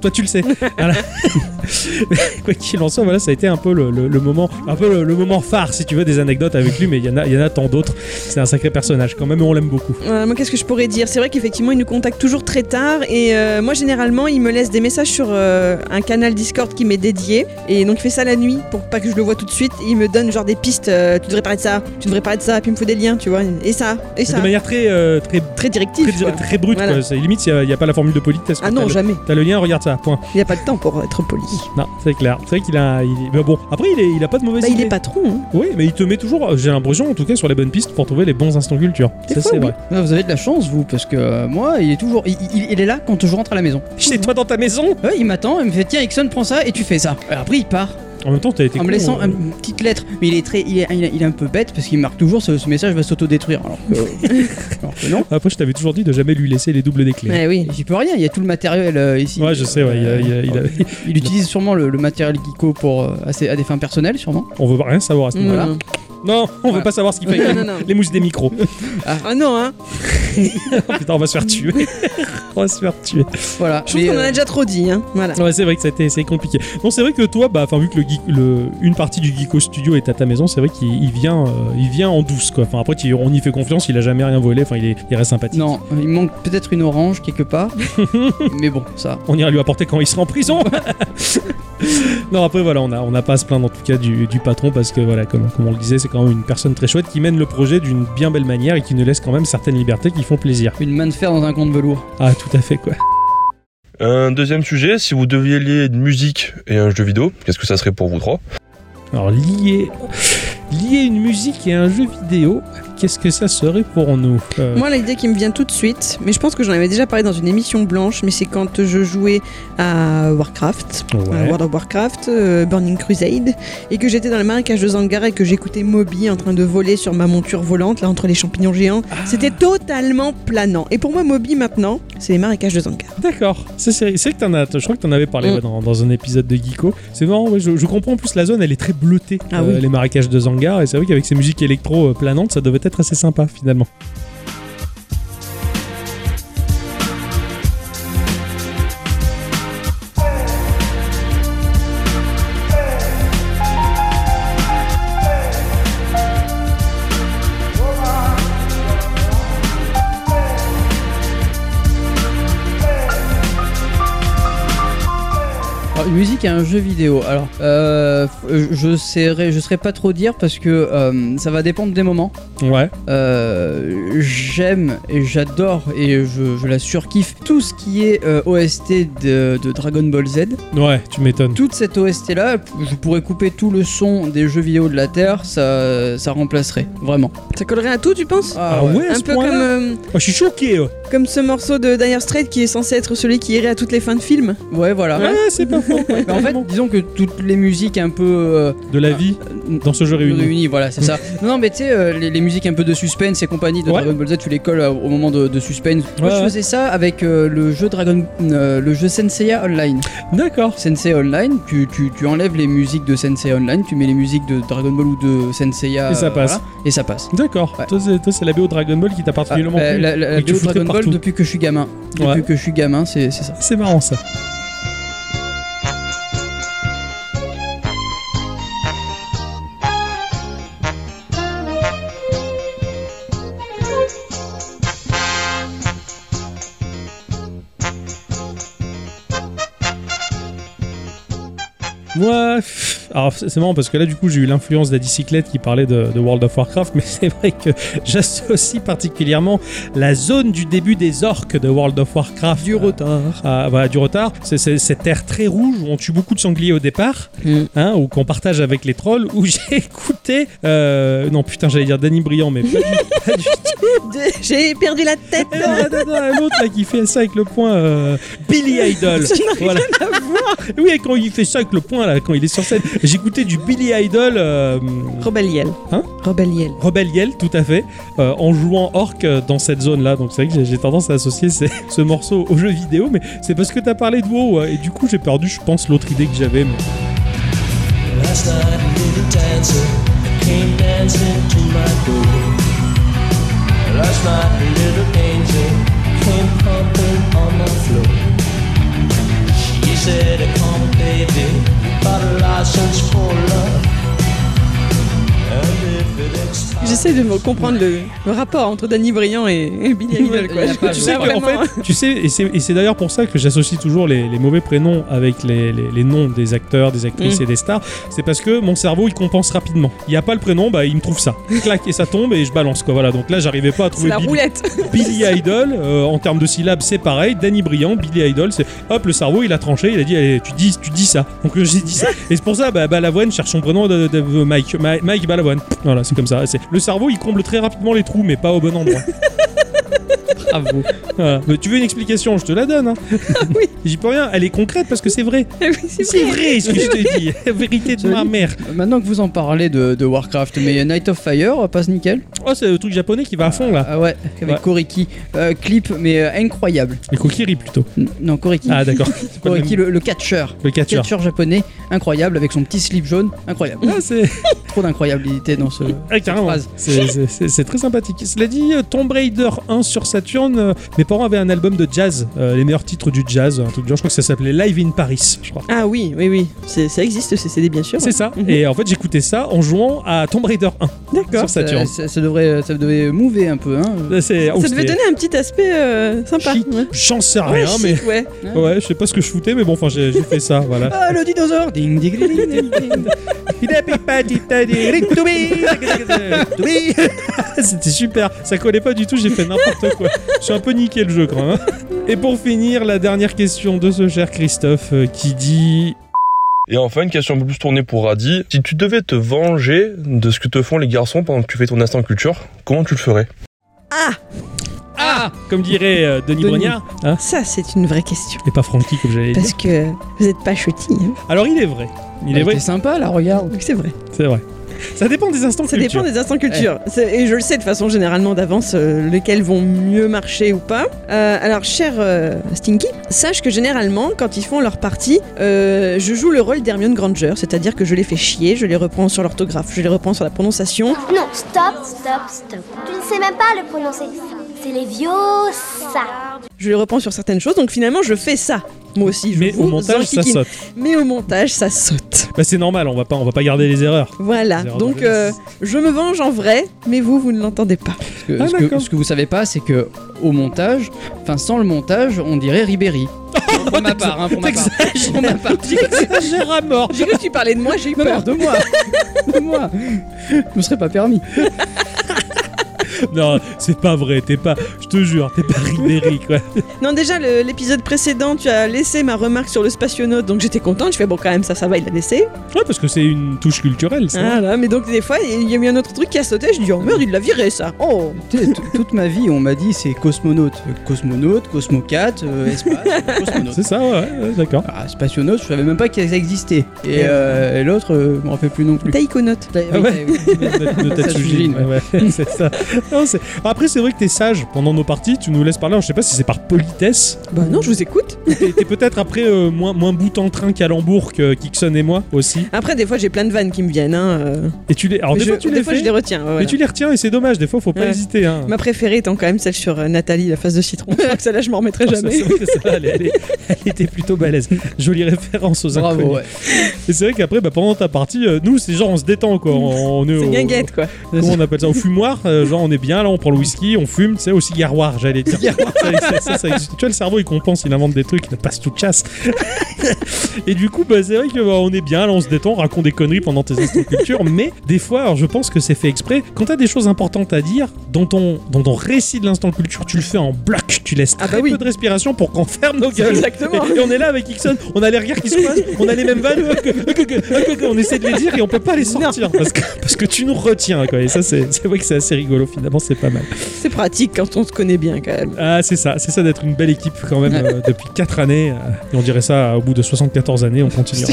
S1: toi tu le sais. Voilà. [laughs] Quoi qu'il en soit, voilà, ça a été un peu le, le- le moment, un peu le, le moment phare, si tu veux, des anecdotes avec lui, mais il y en a, il y en a tant d'autres. C'est un sacré personnage quand même, et on l'aime beaucoup.
S3: Euh, moi, qu'est-ce que je pourrais dire C'est vrai qu'effectivement, il nous contacte toujours très tard. Et euh, moi, généralement, il me laisse des messages sur euh, un canal Discord qui m'est dédié. Et donc, il fait ça la nuit pour pas que je le vois tout de suite. Il me donne genre des pistes. euh, tu devrais parler de ça, tu devrais parler de ça. Puis il me faut des liens, tu vois. Et ça, et
S1: C'est
S3: ça.
S1: de manière très, euh, très,
S3: Très directif.
S1: très,
S3: quoi.
S1: très brute,
S3: Voilà.
S1: quoi. C'est limite, il n'y a, pas la formule de politesse.
S3: Ah
S1: quoi.
S3: non,
S1: T'as le-
S3: jamais.
S1: T'as le lien, regarde ça, point.
S3: Il n'y a pas le temps pour être poli.
S1: Non, c'est clair. C'est vrai qu'il a. il- mais bon, après, il, est- il a pas de mauvaise
S3: Bah,
S1: idée.
S3: il est patron. hein.
S1: Oui, mais il te met toujours, euh, j'ai l'impression, en tout cas, sur les bonnes pistes pour trouver les bons instants culture.
S3: Des
S1: Ça,
S3: fois,
S1: c'est
S3: oui.
S1: vrai.
S2: Ah, Vous avez de la chance, vous, parce que euh, moi, il est toujours. Il, il- il est là quand je rentre à la maison.
S1: Chez toi dans ta maison
S2: Ouais, il m'attend, il me fait Tiens, Ixon, prends ça et tu fais ça. Et après, il part.
S1: En même temps, t'as été.
S2: en
S1: con,
S2: me laissant
S1: euh,
S2: une petite lettre. Mais il est très, il est, il est- il est un peu bête parce qu'il marque toujours ce, ce message va s'autodétruire. Alors que,
S1: [laughs]
S2: alors que non.
S1: Après, je t'avais toujours dit de jamais lui laisser les doubles des clés.
S3: Ouais, Eh oui.
S2: J'y peux rien, il y a tout le matériel euh, ici. Euh,
S1: Ouais, je sais, ouais, il y a- il y a- il a-
S2: Il utilise sûrement le, le matériel Geeko pour, euh, à, ses- à des fins personnelles, sûrement.
S1: on veut rien savoir à ce
S3: Mm.
S1: niveau-là. Non, on veut
S2: Voilà.
S1: pas savoir ce qu'il
S2: [laughs]
S1: fait
S3: [laughs]
S1: avec
S3: Non,
S1: les-
S3: non, non.
S1: les mousses des micros.
S3: Ah non, hein.
S1: Oh, putain, on va se faire tuer. [laughs] on va se faire tuer.
S2: Voilà.
S3: Je trouve
S2: Mais,
S3: qu'on en
S2: euh,
S3: a déjà trop dit. Hein. Voilà.
S1: Ouais, c'est vrai que c'était c'est compliqué. Non, c'est vrai que toi, bah, enfin, vu que le geek- le- une partie du Geeko Studio est à ta maison, c'est vrai qu'il il vient, euh, il vient en douce, quoi. Enfin, après, tu- on y fait confiance, il a jamais rien volé, enfin, il est, il reste sympathique.
S2: Non, il manque peut-être une orange
S1: [laughs]
S2: quelque part. mais bon, ça.
S1: On ira lui apporter quand il sera en prison. [laughs] non, après voilà, on n'a on a pas à se plaindre en tout cas du, du patron parce que voilà, comme, comme on le disait, c'est quand même une personne très chouette qui mène le projet d'une bien belle manière et qui nous laisse quand même certaines libertés qui font plaisir.
S2: Une main de fer dans un compte velours.
S1: Ah, tout à fait quoi.
S8: Un deuxième sujet, si vous deviez lier une musique et un jeu vidéo, qu'est-ce que ça serait pour vous trois
S1: Alors lier, lier une musique et un jeu vidéo, qu'est-ce que ça serait pour nous Euh,
S3: Moi, l'idée qui me vient tout de suite, mais je pense que j'en avais déjà parlé dans une émission blanche, mais c'est quand je jouais à Warcraft,
S1: Ouais.
S3: à World of Warcraft, euh, Burning Crusade, et que j'étais dans le marécage de Zangara et que j'écoutais Moby en train de voler sur ma monture volante, là, entre les champignons géants.
S1: Ah.
S3: C'était totalement planant. Et pour moi, Moby, maintenant, c'est les marécages de Zangara.
S1: D'accord, c'est c'est- c'est que t'en as, je crois que t'en avais parlé
S3: Mm.
S1: ouais, dans, dans un épisode de Geeko. C'est marrant, ouais, je, je comprends en plus la zone, elle est très bleutée, euh,
S3: Ah oui.
S1: les marécages de Zangar, et c'est vrai qu'avec ces musiques électro euh, planantes, ça devait être assez sympa finalement.
S2: Alors, une musique à un jeu vidéo. Alors, euh, je serais, je serais pas trop dire parce que euh, ça va dépendre des moments.
S1: Ouais,
S2: Euh, j'aime et j'adore et je, je la surkiffe tout ce qui est euh, OST de, de Dragon Ball Z.
S1: ouais, tu m'étonnes.
S2: Toute cette OST là, je pourrais couper tout le son des jeux vidéo de la Terre, ça, ça remplacerait vraiment.
S3: Ça collerait à tout, tu penses
S1: Ah ouais, à
S3: Un
S1: ce
S3: peu
S1: point
S3: comme, euh,
S1: Je suis choqué. oh. ouais.
S3: comme ce morceau de Dire Straits qui est censé être celui qui irait à toutes les fins de film. [laughs]
S2: Ah Ouais, voilà.
S1: Ouais, c'est pas faux. ouais,
S2: Mais en fait,
S1: carrément.
S2: disons que toutes les musiques un peu euh,
S1: de la vie dans ce jeu réuni.
S2: réunies, voilà, [laughs] c'est ça. non, non, mais tu sais, euh, les, les musiques un peu de suspense et compagnie de
S1: Ouais.
S2: Dragon Ball Z, tu les colles euh, au moment de, de suspense. Moi,
S1: Ouais,
S2: je
S1: ouais.
S2: faisais ça avec euh, le jeu Dragon, euh, le jeu Senseiya Online.
S1: D'accord.
S2: Sensei Online, tu, tu, tu enlèves les musiques de Sensei Online, tu mets les musiques de Dragon Ball ou de Senseiya.
S1: Et ça
S2: euh,
S1: passe.
S2: voilà, et ça passe.
S1: D'accord.
S2: Ouais.
S1: Toi, c'est toi, c'est la BO Dragon Ball qui t'a particulièrement
S2: Ah, la
S1: plu.
S2: la- la- la
S1: et que tu
S2: BO
S1: foutais
S2: Dragon Ball
S1: partout.
S2: depuis que je suis gamin. Depuis
S1: Ouais.
S2: que je suis gamin, c'est c'est ça.
S1: C'est marrant ça. Moi, pff, alors c'est c'est marrant parce que là du coup j'ai eu l'influence de la bicyclette qui parlait de, de World of Warcraft, mais [laughs] c'est vrai que j'associe particulièrement la zone du début des orques de World of Warcraft. Du retard. voilà, du retard. C'est c'est- cette terre très rouge où on tue beaucoup de sangliers au départ,
S2: Mm.
S1: hein, ou qu'on partage avec les trolls, où [laughs] j'ai écouté. euh, non, putain, j'allais dire Danny Briand, mais pas du, pas du tout.
S3: J'ai perdu la
S1: [laughs]
S3: tête
S1: Et [laughs] non, non, non, non, L'autre là qui fait ça avec le point. euh, Billy [laughs] Idol.
S3: Ça n'a
S1: Voilà. oui, quand il fait ça avec le point, là, quand il est sur scène, j'écoutais du Billy Idol. euh,
S3: Rebel Yell.
S1: Hein
S3: Rebel Yell.
S1: Rebel Yell, tout à fait, euh, en jouant Orc euh, dans cette zone-là. Donc c'est vrai que j'ai- j'ai tendance à associer ces- [laughs] ce morceau au jeu vidéo, mais c'est parce que t'as parlé de WoW, ouais, et du coup j'ai perdu, je pense, l'autre idée que j'avais. mais- [laughs]
S9: Last night a little dancer came dancing to my door. Last night a little angel came pumping on the floor. She said, "Come, baby, got a license for love." And if it expires-
S3: J'essaie de me comprendre le, le rapport entre Danny Briand et, et Billy Idol.
S2: Il y
S3: Quoi.
S2: a pas
S1: tu
S2: de-
S1: sais
S3: Ah,
S1: qu'en
S3: vraiment.
S1: fait, tu sais, et c'est et c'est d'ailleurs pour ça que j'associe toujours les, les mauvais prénoms avec les, les- les noms des acteurs, des actrices
S3: Mm.
S1: et des stars. C'est parce que mon cerveau il compense rapidement. Il n'y a pas le prénom, bah il me trouve ça. Clac et ça tombe et je balance quoi. Voilà. Donc là j'arrivais pas à
S3: C'est
S1: trouver
S3: la
S1: Billy,
S3: roulette. [laughs]
S1: Billy Idol, euh, en termes de syllabes, c'est pareil. Danny Briand, Billy Idol, c'est hop, le cerveau, il a tranché, il a dit, allez, tu dis, tu dis ça. Donc euh, j'ai dit ça. Et c'est pour ça, bah, Balavoine cherche son prénom de, de- de Mike, Ma- Mike Balavoine. Voilà, c'est comme ça. C'est le cerveau, il comble très rapidement les trous, mais pas au bon endroit.
S2: Bravo.
S1: Voilà. Mais tu veux une explication, je te la donne. Hein.
S3: oui.
S1: J'y peux rien, elle est concrète parce que c'est vrai.
S3: Ah oui, c'est
S1: C'est
S3: vrai.
S1: vrai ce que je te dis. La vérité de
S2: Joli.
S1: ma mère.
S2: Maintenant que vous en parlez de, de Warcraft, [laughs] mais Night of Fire passe nickel.
S1: Oh, c'est le truc japonais qui va à fond là.
S2: Ah ouais, avec
S1: Ouais.
S2: Koriki. Euh, clip, mais euh, incroyable.
S1: Le kokiri plutôt.
S2: N- Non, Koriki.
S1: Ah, d'accord. C'est pas le,
S2: Koriki,
S1: même-
S2: le, le catcheur.
S1: le catcheur.
S2: Catcheur Mmh. japonais, incroyable, avec son petit slip jaune, incroyable.
S1: Ah, c'est.
S2: Trop d'incroyabilité dans ce.
S1: Ah, carrément.
S2: Cette phrase.
S1: C'est- C'est c'est- c'est très sympathique. Cela dit, euh, Tomb Raider 1 sur Saturn, euh, mes parents avaient un album de jazz, euh, les meilleurs titres du jazz, un truc du genre. Je crois que ça s'appelait Live in Paris, je crois.
S3: Ah oui, oui, oui. C'est- Ça existe, ces CD, bien sûr.
S1: C'est ça.
S3: Mhm.
S1: Et en fait, j'écoutais ça en jouant à Tomb Raider 1
S3: D'accord. euh,
S1: sur Saturn.
S2: Ça, ça- ça devrait, euh, ça devait mouver un peu, hein.
S1: Là, c'est- oh,
S3: Ça
S1: c'était
S3: devait donner un petit aspect euh, sympa.
S1: chic.
S3: Ouais.
S1: J'en sais
S3: Ouais,
S1: Ah, rien,
S3: chic,
S1: mais
S3: ouais.
S1: Ouais, je sais pas ce que je foutais, mais bon, enfin, j'ai j'ai fait ça,
S3: [laughs]
S1: voilà.
S2: Ah, le dinosaure Ding, ding, ding, ding, ding, [laughs] ding.
S1: [laughs] C'était super, ça collait pas du tout, j'ai fait n'importe quoi. Je suis un peu niqué le jeu quand même. Et pour finir, la dernière question de ce cher Christophe euh, qui dit
S8: Et enfin, une question un peu plus tournée pour Radi. Si tu devais te venger de ce que te font les garçons pendant que tu fais ton instant culture, comment tu le ferais
S3: Ah,
S1: Ah Comme dirait euh, Denis,
S2: Denis.
S1: Brognard. Hein
S3: ça c'est une vraie question.
S1: et pas Francky, comme j'allais dire.
S3: Parce que vous n'êtes pas chouti. hein.
S1: Alors, il est vrai. Il est vrai,
S2: C'est sympa là, regarde.
S3: Donc c'est vrai.
S1: c'est vrai. Ça dépend des instants
S3: Ça
S1: culture.
S3: dépend des instants culture. C'est- Et je le sais de façon généralement d'avance euh, lesquels vont mieux marcher ou pas. Euh, alors, cher euh, Stinky, sache que généralement, quand ils font leur partie, euh, je joue le rôle d'Hermione Granger, c'est-à-dire que je les fais chier, je les reprends sur l'orthographe, je les reprends sur la prononciation.
S10: Non, stop, stop, stop. Tu ne sais même pas le prononcer. C'est les vieux ça.
S3: je les reprends sur certaines choses. Donc finalement, je fais ça. Moi aussi, je
S1: Mais
S3: vous
S1: au montage, ça
S3: enquiquine.
S1: saute.
S3: Mais au montage, ça saute.
S1: Bah, c'est normal, on va pas, on va pas garder les [laughs] erreurs.
S3: Voilà.
S1: Zéro
S3: Donc
S1: danger.
S3: euh, je me venge en vrai, mais vous, vous ne l'entendez pas.
S2: Parce que-
S1: Ah,
S2: ce, que,
S1: d'accord.
S2: ce que vous savez pas, c'est que au montage, enfin sans le montage, on dirait [laughs] Ribéry. pour ma part, hein, pour ma part. Pour ma part.
S1: J'exagère à mort.
S3: J'ai cru que tu parlais de moi, j'ai eu
S2: Non, non,
S3: peur.
S2: de moi De moi Je me serais pas permis.
S1: Non, c'est pas vrai, t'es pas, je te jure, t'es pas Ribéry, [laughs] quoi.
S3: Non, déjà, le- l'épisode précédent, tu as laissé ma remarque sur le spationaute, donc j'étais contente. Je fais bon, quand même, ça, ça va, il l'a laissé.
S1: Ouais, parce que c'est une touche culturelle, ça.
S3: Voilà, mais donc des fois, il y a eu un autre truc qui a sauté. Je dis, oh merde, il l'a viré, ça. Oh
S2: Tu sais, t- Toute ma vie, on m'a dit c'est cosmonaute. Euh, Cosmonaute, cosmocate, euh, espace,
S1: [laughs]
S2: cosmonaute.
S1: C'est ça, ouais, ouais, d'accord.
S2: Ah, spationaute, je savais même pas qu'elles existaient. Et, euh, et l'autre, euh, m'en fait plus non plus.
S3: Taïkonaute.
S1: Ah ouais. [laughs] Notre- notre
S2: Ça
S1: Tatsujin,
S2: Tatsujin,
S1: ouais, ouais, [laughs] c'est ça. Non, c'est- Après, c'est vrai que t'es sage pendant nos parties, tu nous laisses parler. Alors, je sais pas si c'est par politesse.
S3: Bah non, je vous écoute.
S1: T'es t'es peut-être après euh, moins, moins bout en train qu'à Lambourg que Kixon et moi aussi.
S3: Après, des fois, j'ai plein de vannes qui me viennent. Hein. euh.
S1: Et tu les, alors
S3: Mais
S1: des
S3: je,
S1: fois tu les
S3: je
S1: fais,
S3: les retiens. ouais,
S1: mais
S3: voilà.
S1: tu les retiens et c'est dommage. Des fois, faut pas
S3: Ouais.
S1: hésiter. Hein.
S3: Ma préférée étant quand même celle sur euh, Nathalie, la face de
S1: [laughs]
S3: citron. Je crois que celle-là, je m'en remettrai
S1: Ah, ça,
S3: jamais.
S1: c'est vrai que celle-là, elle, est- elle est- elle était plutôt balèze. Jolie référence aux inconnus.
S2: Bravo, ouais.
S1: Et c'est vrai qu'après, bah, pendant ta partie, euh, nous, c'est genre on se détend quoi. On, on est
S3: C'est
S1: au-
S3: guinguette, quoi.
S1: [laughs] Comment on appelle ça Au fumoir, euh, genre on est bien là, on prend le whisky, on fume, tu sais, au cigaroir, j'allais dire. [laughs] ça, ça, ça, ça existe. Tu vois, le cerveau il compense, il invente des trucs, il passe tout chasse. [laughs] Et du coup, bah, c'est vrai que bah, on est bien là, on se détend, on raconte des conneries pendant tes instants culture, mais des fois, alors, je pense que c'est fait exprès, quand t'as des choses importantes à dire, dans ton, dans ton récit de l'instant culture, tu le fais en bloc, tu laisses
S3: Ah,
S1: très
S3: bah oui.
S1: peu de respiration pour qu'on ferme nos gueules. [laughs]
S3: Exactement.
S1: Et, et on est là avec Ixon, on a les regards qui se croisent, on a les mêmes
S2: [laughs]
S1: vannes, on essaie de les dire et on peut pas les sortir parce que, parce que tu nous retiens quoi. Et ça c'est c'est vrai que c'est assez rigolo finalement, c'est pas mal.
S3: C'est pratique quand on se connaît bien, quand même.
S1: Ah c'est ça, c'est ça d'être une belle équipe quand même euh, depuis 4 années. euh, et on dirait ça euh, au bout de 74 années, on continuera.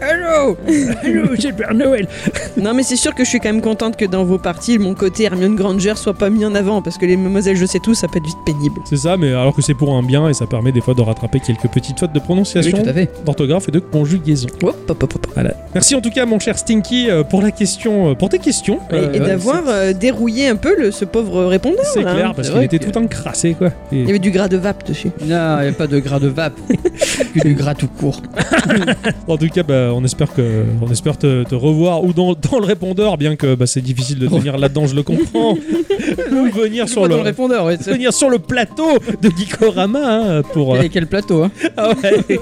S3: Hello
S1: Allô,
S3: [laughs]
S1: c'est Père Noël.
S3: Non, mais c'est sûr que je suis quand même contente que dans vos parties, mon côté Hermione Granger soit pas mis en avant, parce que les Mademoiselles Je sais tout, ça peut être vite pénible.
S1: C'est ça, mais alors que c'est pour un bien et ça permet des fois de rattraper quelques petites fautes de
S2: Oui,
S1: prononciation,
S2: tout à fait.
S1: d'orthographe et de conjugaison.
S3: Hop, hop, hop, hop.
S1: Voilà. Merci en tout cas mon cher Stinky euh, pour la question, euh, pour tes questions.
S3: Et-
S1: Euh,
S3: et d'avoir euh, dérouillé un peu le, ce pauvre répondeur.
S1: C'est
S3: là, hein.
S1: clair, parce
S2: C'est
S1: qu'il
S2: vrai
S1: était
S2: que-
S1: tout encrassé, quoi. Et-
S3: Il y avait du gras de vape dessus.
S2: Non, y a pas de gras
S1: [laughs]
S2: de vape, que du gras tout court.
S1: En tout cas, bah, on espère que, on espère te, te revoir ou dans, dans le répondeur, bien que bah, c'est difficile de tenir là-dedans, je le
S2: [laughs]
S1: comprends. ou venir sur
S2: Sur dans
S1: le,
S2: le répondeur, ouais. c'est-
S1: venir sur le plateau de Geekorama hein, pour. euh,
S2: Et quel plateau, hein
S1: ah ouais.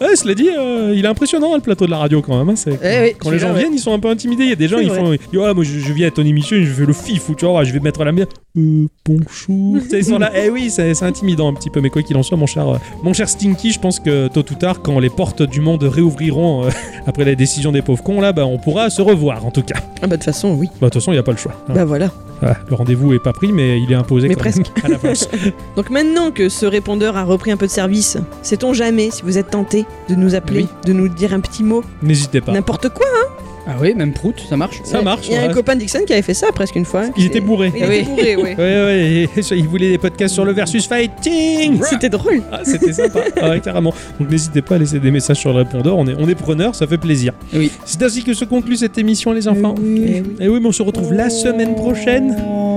S1: Ouais, cela dit, euh, il est impressionnant hein, le plateau de la radio quand même. hein,
S2: [laughs]
S1: c'est-
S2: Eh oui,
S1: Quand les
S2: celui-là,
S1: gens
S2: ouais.
S1: viennent, ils sont un peu intimidés. Il y a des gens,
S3: C'est
S1: ils
S3: vrai.
S1: font. ils disent, Ouais, moi je, je viens à ton émission, et je fais le fif, ou tu vois, je vais mettre la merde. Euh,
S3: [laughs]
S1: bonjour. Tu sais, ils sont là. Eh oui, c'est c'est intimidant un petit peu, mais quoi qu'il en soit, mon cher, euh, mon cher Stinky, je pense que tôt ou tard, quand les portes du monde réouvriront euh, [laughs] après la décision des pauvres cons, là, bah, on pourra se revoir en tout cas.
S3: Ah bah de toute façon, oui.
S1: Bah, de toute façon, il n'y a pas le choix. hein.
S3: Bah voilà.
S1: Voilà, le rendez-vous est pas pris, mais il est imposé
S3: Mais
S1: quand même [laughs] à l'avance.
S3: Donc maintenant que ce répondeur a repris un peu de service, sait-on jamais si vous êtes tenté de nous appeler,
S2: Oui.
S3: de nous dire un petit mot,
S1: N'hésitez pas.
S3: n'importe quoi. hein.
S2: Ah oui, même Prout, ça marche.
S1: Ça marche. hein.
S3: Il y a
S1: ouais.
S3: un copain de Dixon qui avait fait ça presque une fois.
S1: Il était bourré.
S3: Il
S2: Oui.
S3: était bourré,
S1: [laughs]
S3: ouais.
S1: Ouais, ouais, et- il voulait des podcasts sur le versus fighting.
S3: C'était drôle.
S1: Ah, c'était sympa, Ah ouais, carrément. Donc n'hésitez pas à laisser des messages sur le répondeur, on est, on est preneur, ça fait plaisir.
S2: Oui.
S1: C'est ainsi que se conclut cette émission, les enfants.
S3: Eh oui.
S1: Et oui, mais on se retrouve la semaine prochaine. Eh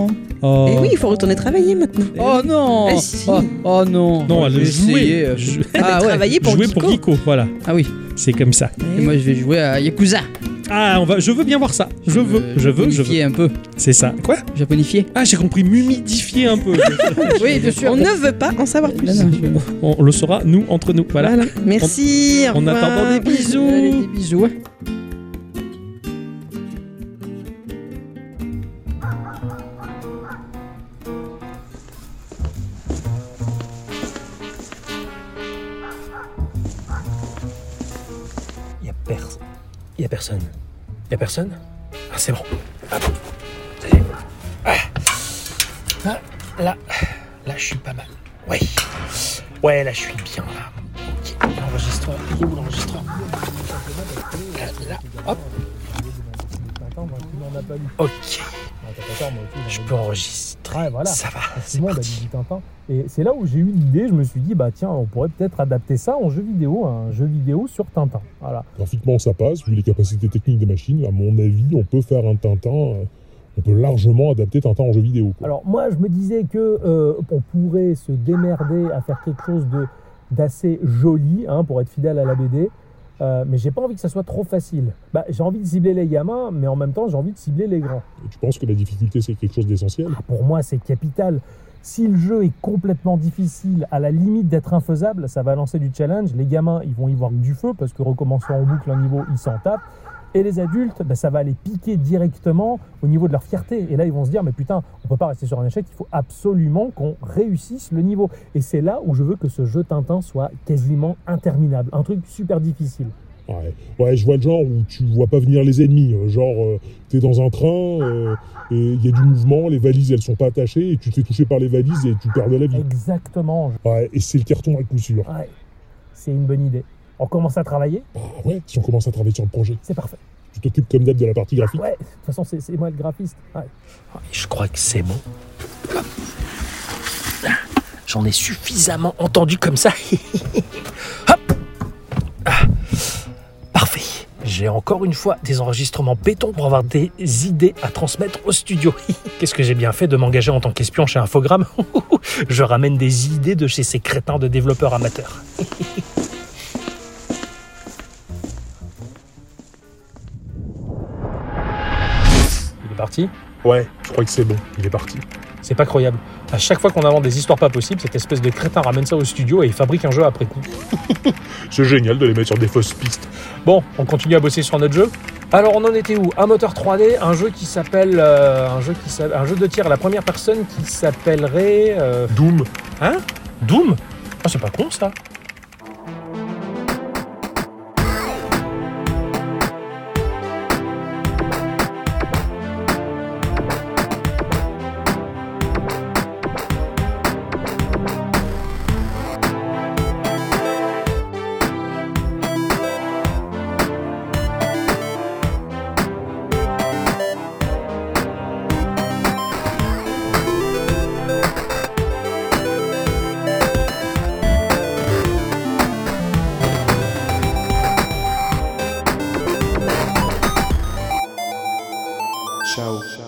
S1: Oh.
S3: Eh oui, il faut retourner travailler maintenant.
S2: Oh non
S3: Ah, si.
S2: oh, oh non
S1: Non, elle
S2: J'ai
S1: a
S2: essayé,
S1: joué.
S2: euh,
S1: Jou-
S2: Ah ouais
S3: Travailler pour
S1: jouer
S3: Kiko.
S1: pour Eh Kiko, voilà.
S2: Ah oui,
S1: C'est comme ça.
S2: et moi je vais jouer à Yakuza.
S1: Ah, on va, je veux bien voir ça. Je veux,
S2: Euh,
S1: je veux, je veux.
S2: Japonifier un peu.
S1: C'est ça. Quoi
S2: Japonifier.
S1: Ah, j'ai compris, mumidifier
S3: [laughs]
S1: un peu.
S2: Oui, bien sûr.
S3: On ne veut pas en savoir plus.
S2: Non, non, je-
S1: on le saura, nous, entre nous. Voilà.
S3: Merci. au
S1: En
S3: revoir.
S1: attendant des bisous.
S2: Allez, des bisous.
S9: Y'a
S11: Il y a personne. Il y a personne Ah, c'est bon. Hop. Ça y est. Ah. Ah, là, là, je suis pas mal. Ouais. Ouais, là, je suis bien, là. Ok, l'enregistrement. Il est où l'enregistrement Là, là, hop. Ok. Je peux enregistrer.
S1: voilà.
S11: Ça va.
S1: C'est Et c'est là où j'ai eu l'idée, je me suis dit, bah tiens, on pourrait peut-être adapter ça en jeu vidéo, un jeu vidéo sur Tintin. Voilà.
S12: Graphiquement, ça passe. Vu les capacités techniques des machines, à mon avis, on peut faire un Tintin. euh, on peut largement adapter Tintin en jeu vidéo. quoi.
S1: Alors moi, je me disais que euh, on pourrait se démerder à faire quelque chose de d'assez joli, hein, pour être fidèle à la BD. euh, mais j'ai pas envie que ça soit trop facile. Bah, j'ai envie de cibler les gamins, mais en même temps, j'ai envie de cibler les grands. Ah,
S12: Et tu penses que la difficulté, c'est quelque chose d'essentiel
S1: Pour moi, c'est capital. Si le jeu est complètement difficile, à la limite d'être infaisable, ça va lancer du challenge. Les gamins, ils vont y voir du feu parce que recommençant en boucle un niveau, ils s'en tapent. Et les adultes, bah, ça va les piquer directement au niveau de leur fierté. Et là, ils vont se dire, mais putain, on peut pas rester sur un échec, il faut absolument qu'on réussisse le niveau. Et c'est là où je veux que ce jeu Tintin soit quasiment interminable. Un truc super difficile.
S12: Ouais. Ouais, je vois le genre où tu vois pas venir les ennemis. euh, Genre, euh, t'es dans un train, euh, et il y a du mouvement, les valises, elles sont pas attachées, et tu te fais toucher par les valises et tu perds de la vie.
S1: Exactement.
S12: Ouais, et c'est le carton à coup sûr.
S1: Ouais, c'est une bonne idée. On commence à travailler
S12: Ah ouais, si on commence à travailler sur le projet.
S1: C'est parfait.
S12: Tu t'occupes comme d'hab de la partie graphique.
S1: Ouais, de toute façon, c'est c'est moi le graphiste. Ouais.
S11: Ah, Je crois que c'est bon. J'en ai suffisamment entendu comme ça. [laughs] Hop Ah, Parfait. J'ai encore une fois des enregistrements béton pour avoir des idées à transmettre au studio. [laughs] Qu'est-ce que j'ai bien fait de m'engager en tant qu'espion chez Infogrames [laughs] Je ramène des idées de chez ces crétins de développeurs amateurs. Il est parti
S12: Ouais, je crois que c'est bon. Il est parti.
S11: C'est pas croyable. À chaque fois qu'on invente des histoires pas possibles, cette espèce de crétin ramène ça au studio et il fabrique un jeu après coup.
S12: [laughs] C'est génial de les mettre sur des fausses pistes.
S11: Bon, on continue à bosser sur notre jeu. Alors on en était où Un moteur 3D, un jeu qui s'appelle euh, un jeu qui s'appelle- un jeu de tir à la première personne qui s'appellerait euh,
S12: Doom.
S11: Hein Doom Ah c'est pas con ça.
S13: Ciao.